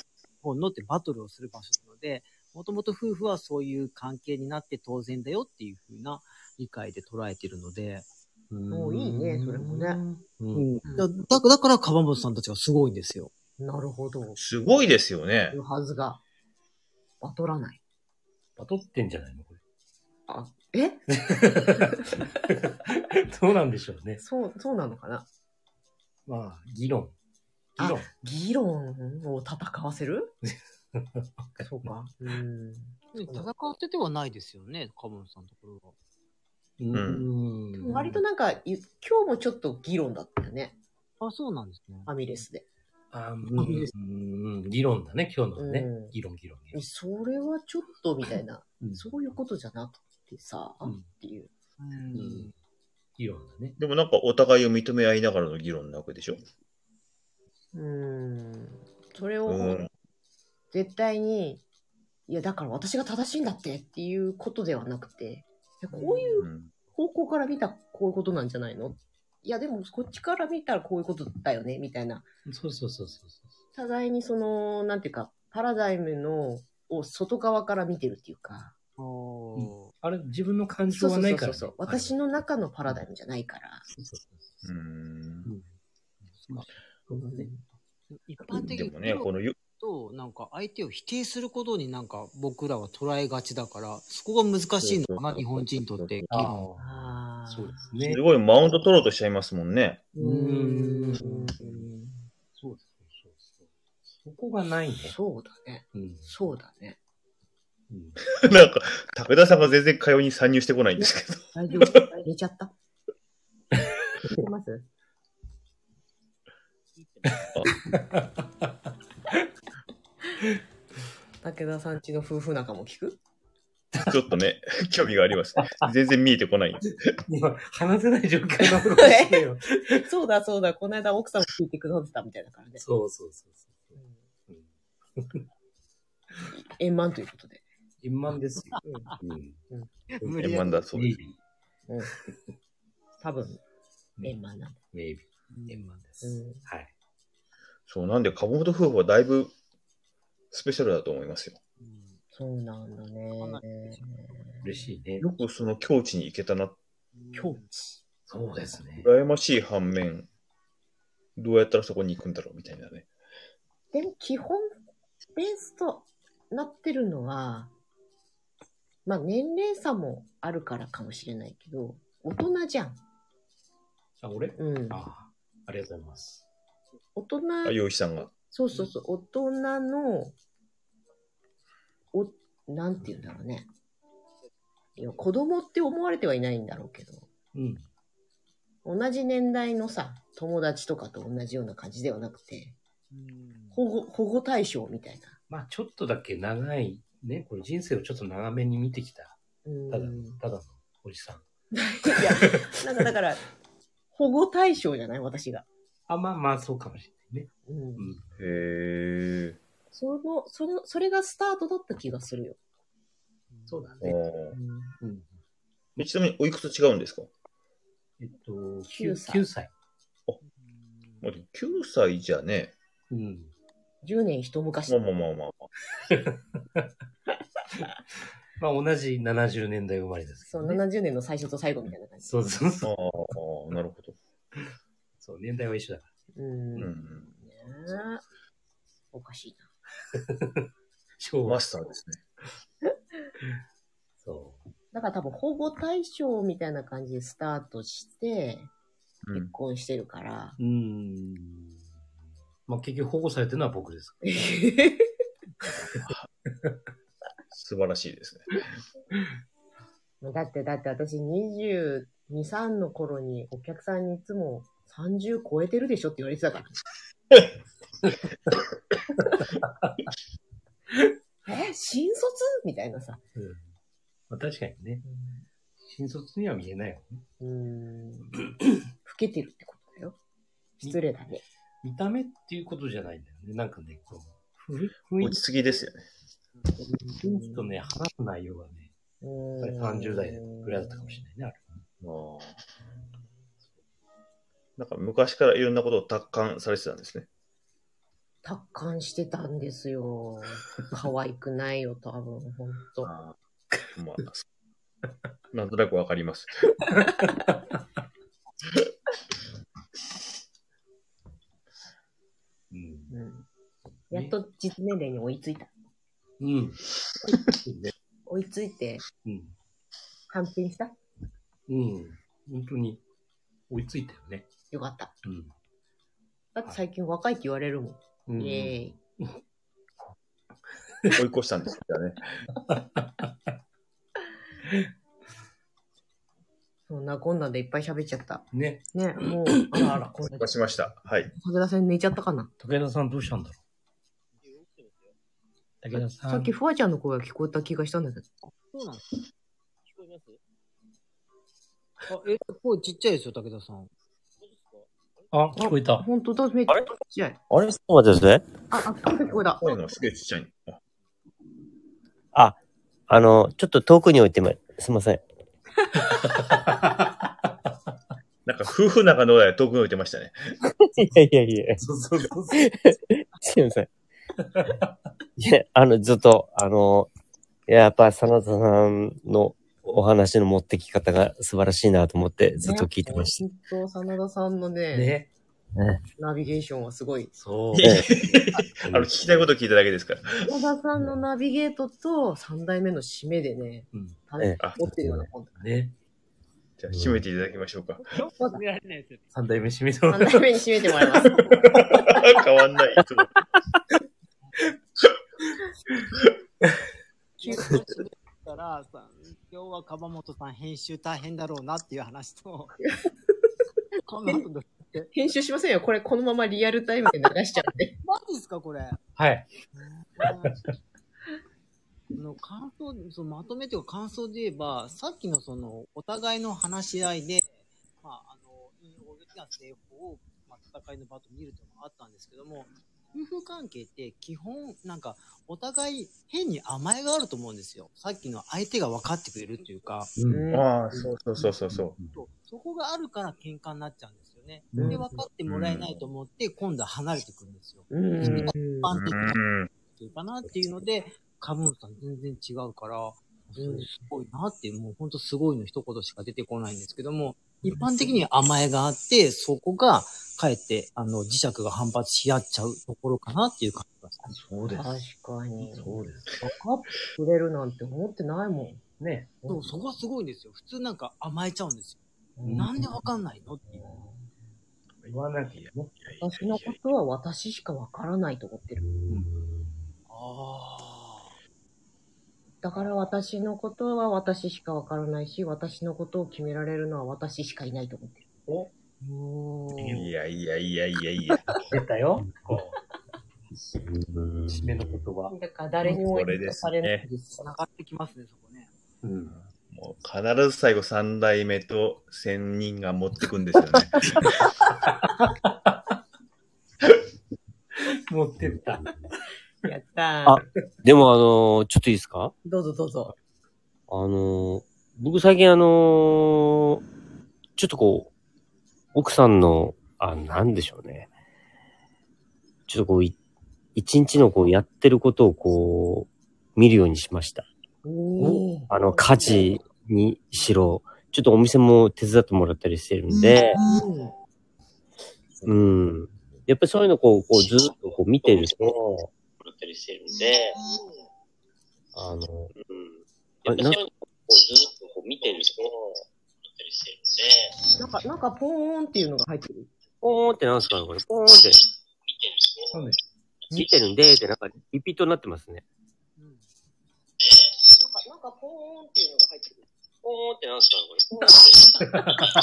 D: 本能ってバトルをする場所なので、元々夫婦はそういう関係になって当然だよっていうふうな理解で捉えてるので、
A: もういいね、それもね。
B: うん。
D: うん、だだから、川本さんたちがすごいんですよ。
A: なるほど。
F: すごいですよね
A: い。うはずが、バトらない。
B: バトってんじゃないのこ
A: あ、え
B: れ。 どうなんでしょうね。
A: そう、そうなのかな
B: まあ、議論。議論。
A: 議論を戦わせる そうか。うん。
D: 戦っててはないですよね、川本さんのところは。
B: うん
A: うん割となんか、ゆ今日もちょっと議論だったよね。
D: あ、そうなんですね。
A: ファミレスで。
B: あうんうん議論だね、今日のはね
A: う。ん
B: 議論、議論、議論。
A: それはちょっとみたいな、
B: うん
A: そういうことじゃなくてさ、
B: うん
A: っていう。
D: うん
B: うん議論だね。
F: でもなんかお互いを認め合いながらの議論なわけでしょ。
A: うん。それ
F: う
A: を
F: ん。
A: 絶対に、いや、だから私が正しいんだってっていうことではなくて、いやこういう
F: うん
A: 方向から見たらこういうことなんじゃないのいやでもこっちから見たらこういうことだよねみたいな
B: そうそうそうそうそう。
A: 互いにそのなんていうかパラダイムのを外側から見てるっていうか
D: お
B: あれ、自分の感
A: そ
B: 情
A: うそう
B: は
A: そ
B: ないうか
A: そ
B: ら
A: う
B: ね。
A: そう私の中のパラダイムじゃないから
B: そうそうそうう。
F: ん
D: ー一般的
F: で
D: に
F: もね、このよ
D: と、なんか相手を否定することになんか僕らは捉えがちだから、そこが難しいのかな、日本人にとって。
B: あ
A: あ
B: あ、
A: あ
B: そうですすね
F: す。ごいマウント取ろうとしちゃいますもんね。
B: うん
A: うん
B: そうそうそうそう。そこがないね。
A: そうだね
B: うん
A: そうだね
B: うん
F: なんか、武田さんが全然会話に参入してこないんですけど。
A: 大丈夫 寝ちゃった寝てます 武田さんちの夫婦仲も聞く
F: ちょっとね、興味があります。全然見えてこ ないんです。
B: 今、話せない状況なのかもしれないよ。
A: そうだそうだ、この間奥さんも聞いてくださってたみたいだからね。
B: そうそうそうそう。うん
A: 円満ということで。
B: 円満ですよ。
D: 無理
F: 円
D: や
F: 満
D: り
F: だそうです。
B: ビ
A: 多分、円満なんだ。
B: メイビ円満です。
A: うん
B: はい。
F: そう、なんで、株元夫婦はだいぶスペシャルだと思いますよ。
D: うん
A: そうなんだね。
B: 嬉しいね。
F: よくその境地に行けたな。
A: 今日、
B: そうですね。
F: 羨ましい反面、どうやったらそこに行くんだろうみたいなね。
A: でも基本、ベースとなってるのは、まあ年齢差もあるからかもしれないけど、大人じゃん。
B: あ、俺
A: うん。
B: あありがとうございます。
A: 大人、
F: あ、洋一さんが。
A: そうそうそう、大人の、お、なんて言うんだろうね。いや子供って思われてはいないんだろうけど、
B: うん。
A: 同じ年代のさ、友達とかと同じような感じではなくて、保護、保護対象みたいな。
B: まあ、ちょっとだけ長い、ね、これ人生をちょっと長めに見てきた、
A: う
B: ただ
A: ん
B: の、。ただのおじさ ん。
A: いや、なんかだから、保護対象じゃない私が。
B: あ、まあまあ、そうかもしれないね。
A: うん。
B: うん。
F: へー。
A: その、その、それがスタートだった気がするよ。
B: そうだ
F: あ
B: ね。
F: ー
B: うん。
F: えちなみに、おいくつ違うんですか
B: えっと、
A: 9歳
B: 9歳。9歳。
F: まあでも9歳じゃね。
B: うん。
A: 10年一昔。
F: まあまあまあまあ。
B: まあ、同じ70年代生まれですけ
A: そ
B: ど
A: う、
B: ね。
A: 70年の最初と最後みたいな感じ。
B: そうそう
F: あ
B: そう。
F: あ、なるほど。
B: そう、年代は一緒だから。
A: うん。
F: うんう
A: ね
F: ん。
A: えおかしいな。
B: 昭和
F: マ。スターですね。
B: そ
A: だから多分保護対象みたいな感じでスタートして、
F: う
A: 結
F: ん。
A: 婚してるから。
B: う。うん。まあ、結局保護されてるのは僕です。
F: す素晴らしいですね。
A: だって、だって私22、3の頃にお客さんにいつも30超えてるでしょって言われてたから。 え、新卒みたいなさ。
B: うんまあ、確かにね。新卒には見えないよね。
A: うーん。老けてるってことだよ。失礼だね。
B: 見た目っていうことじゃないんだよね。なんかね、こう、雰雰囲
F: 落ち着きですよね。
B: 気雰囲気とね、話す内容がね、
A: う
B: やっぱり
A: ーん
B: 30代ぐらいだったかもしれないね、あれ。
F: あなんか昔からいろんなことを達観されてたんですね。
A: 達観してたんですよ。可愛くないよ、多分、ほんと。
F: あーまあ、そなんとなくわかります。
B: うん。
A: うん。やっと実年齢に追いついた。
B: うん。
A: 追いついて、
B: うん。
A: 反転した
B: うん。本当に追いついたよね。
A: よかった。
B: うん。
A: だって最近若いって言われるも。
B: うんん
A: イエーイ。
F: 追い越したんですよね。
A: そんなこんなでいっぱい喋っちゃった。
B: ね。
A: ね、もう、あらあら、こんな
F: 出しました。はい。
A: 武田さん寝ちゃったかな。
B: 武田さんどうしたんだろう。武田さん。
A: さっき、フワちゃんの声が聞こえた気がしたんだけど。
D: そうなんです。聞こえますあ、え、声ちっちゃいですよ、武田さん。
B: あ、聞こえた。
A: ほんとだ、めっちゃちっちゃい。
C: あれちょっと待ってください。
A: あ、あ、聞こえた。
F: 声がすげえちっちゃい。あ
C: あの、ちょっと遠くに置いてま、すいません。
F: なんか夫婦仲の方で遠くに置いてましたね。
C: いやいやいや、
B: そうそうそう。
C: すいません。いや、あの、ずっと、あの、いややっぱ、真田さんのお話の持ってき方が素晴らしいなと思って、ずっと聞いてました。
A: ねほんと、真田さんのね
B: ね。
A: ナビゲーションはすごい。
B: そう。
F: あの、聞きたいこと聞いただけですから。
A: 真田さんのナビゲートと3代目の締めでね、
B: うん
A: た
C: ええ
A: 持ってるようなもんだ。
B: ね。
F: じゃあ、締めていただきましょうか。
D: 見られないですよ。
B: 三代目締めそう
A: 3代目に締めてもらいます。
F: 変わん ない。いつも
D: 休憩するから、さ今日は鎌本さん編集大変だろうなっていう話と、この後の
A: 編集しませんよ。これこのままリアルタイムで流しちゃって。
D: マジですか、これ。
B: はい。
D: あの感想そのまとめというか感想で言えば、さっきのそのお互いの話し合いで、まあ、あの引用的な製法を、まあ、戦いの場と見るというのがあったんですけども、夫婦関係って基本、なんかお互い変に甘えがあると思うんですよ。さっきの相手が分かってくれるっていうか、
B: うん。
F: ああ、そうそうそうそうそう。
D: そうそこがあるから喧嘩になっちゃうんですよね。
B: うん
D: で、分かってもらえないと思って、今度は離れてくるんですよ。
A: うん。
D: 一般的な
F: うん。
D: っていうかなっていうので、カブンさん全然違うから、それすごいなっていう、もうほんとすごいの一言しか出てこないんですけども、一般的には甘えがあって、そこが、かえって、あの、磁石が反発し合っちゃうところかなっていう感じがします。
B: そうで
A: 確
B: す。
A: かに。
B: そうです。
A: カップくれるなんて思ってないも
B: ね。
D: そう、そこはすごいんですよ。普通なんか甘えちゃうんです
B: う
D: よ。
B: ん
D: なんでわかんないのっていう。
B: 言わなきゃね。
A: ん。私のことは私しかわからないと思ってる。
D: あ
A: だから私のことは私しかわからないし、私のことを決められるのは私しかいないと思ってる。
B: お、
F: いやいやいやいやいや。
B: 出たよ。こ
C: うん
B: う、締めの言葉。
A: だから誰にも
F: これです
A: 許さ
F: ね
A: れないです
D: あ、繋がってきますね、そこね。
B: うん。
F: もう必ず最後三代目と千人が持ってくんですよ ね。
B: 持ってった。
A: やったー
C: あでも、あのーちょっといいですか
A: どうぞどうぞ。
C: あのー僕最近あのーちょっとこう、奥さんの、あ、なんでしょうね。ちょっとこう、い一日のこう、やってることをこう、見るようにしました。
A: おー
C: あの、家事にしろ、ちょっとお店も手伝ってもらったりしてるんで、
A: う
C: う
A: ん
C: ん。やっぱりそういうのこう、こうずっとこう見てると、あの、うん。なんか
A: なんか、なんかポーンっていうのが入ってる。
C: ポーンってなんすかね、これ。ポーンって。
B: そうです。
C: 見てるんで、ってなんかリピートになってますね。
D: うん。
E: なんかポーンっていうのが入ってくる。
C: ポーンってなんですかこれ。ポーンって。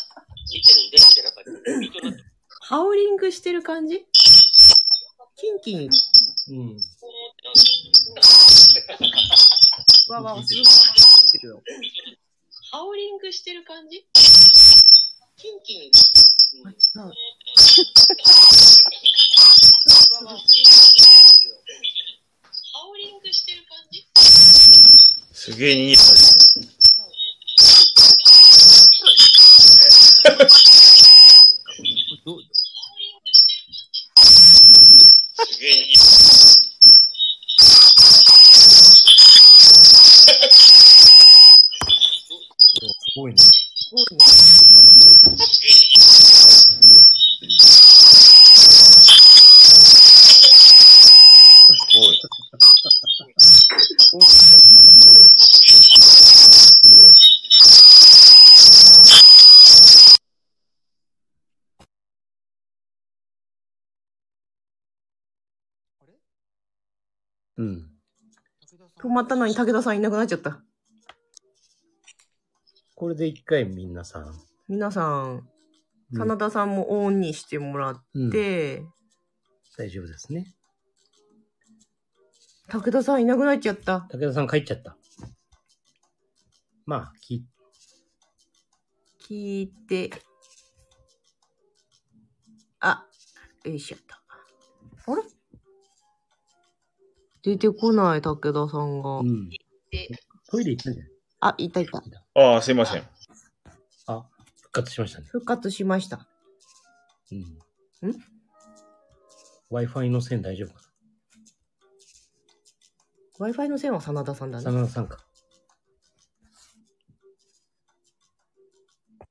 C: 見てるんですけど、なんか、ビートなって、
A: ハウリングしてる感じキンキン。
B: うん。
C: ポーンってなんですか
A: わわ、すごいしてるよ。ハウリングしてる感じ
E: キンキン。
A: あ違う
E: わわハウリングしてる感じ
F: すげえ逃げたですね。
G: ど
F: すげえ逃げた。
G: すごいね。
A: すごいね。
F: すごい。
B: うん。
A: 止まったのに武田さんいなくなっちゃった。
B: これで一回みんなさん。
A: 皆さん、
B: うん
A: 真田さんもオンにしてもらっ
B: うん、
A: て、
B: 大丈夫ですね。
A: 武田さんいなくなっちゃった。
B: 武田さん帰っちゃった。まあ、き、
A: 聞いて。あ、よいしょっと。あれ出てこない、武田さんが
B: う。ん。トイレ行ったんじゃない
A: あ、いたいた。
F: ああ、すいません。
B: 復活しましたね。
A: 復活しました。
B: うん。
A: ん
B: ?Wi-Fi の線大丈夫か
A: Wi-Fi の線は真田さんだ
B: な
A: ね。
B: 真田さんか。
A: あ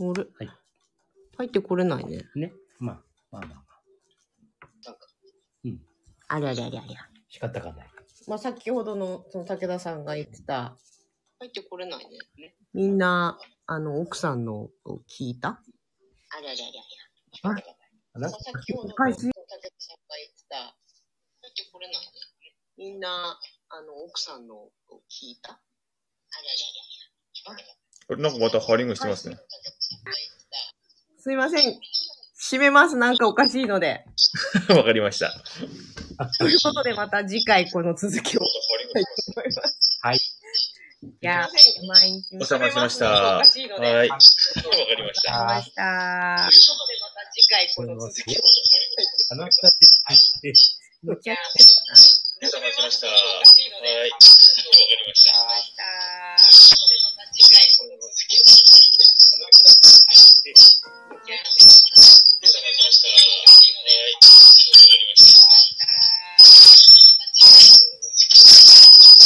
A: れ、
B: はい
A: 入ってこれないね。
B: ね。まあ、まあまあまあ。
A: ありゃりゃりゃりゃ。
B: 仕方がない。
A: まあ、先ほどの、その武田さんが言ってた、
E: 入ってこれないね。ね
A: みんな、あの、奥さんのを聞いた
E: ありゃりゃりゃり
B: あ
E: ゃ。
B: あなんか
E: 佐々木ほどの武
A: 返
E: 田
A: し
E: さんが言ってた。入ってこれないね。
A: みんな、あの、奥さんのを聞いた
E: ありゃりゃりゃ。
F: これなんかまたハーリングしてますね。
A: すいません。閉めます。なんかおかしいので。
F: わかりました。
A: ということで、また次回この続きを。
B: はい。
A: いや、毎日
F: お邪魔しました。
A: お
F: は
A: かしい
F: い。
A: の
F: わ
A: で。
F: かりました。
A: ありがとうございまし
E: 次回この続きを。
B: 話した
A: た。むちゃくちゃ
F: お邪魔しました。はい。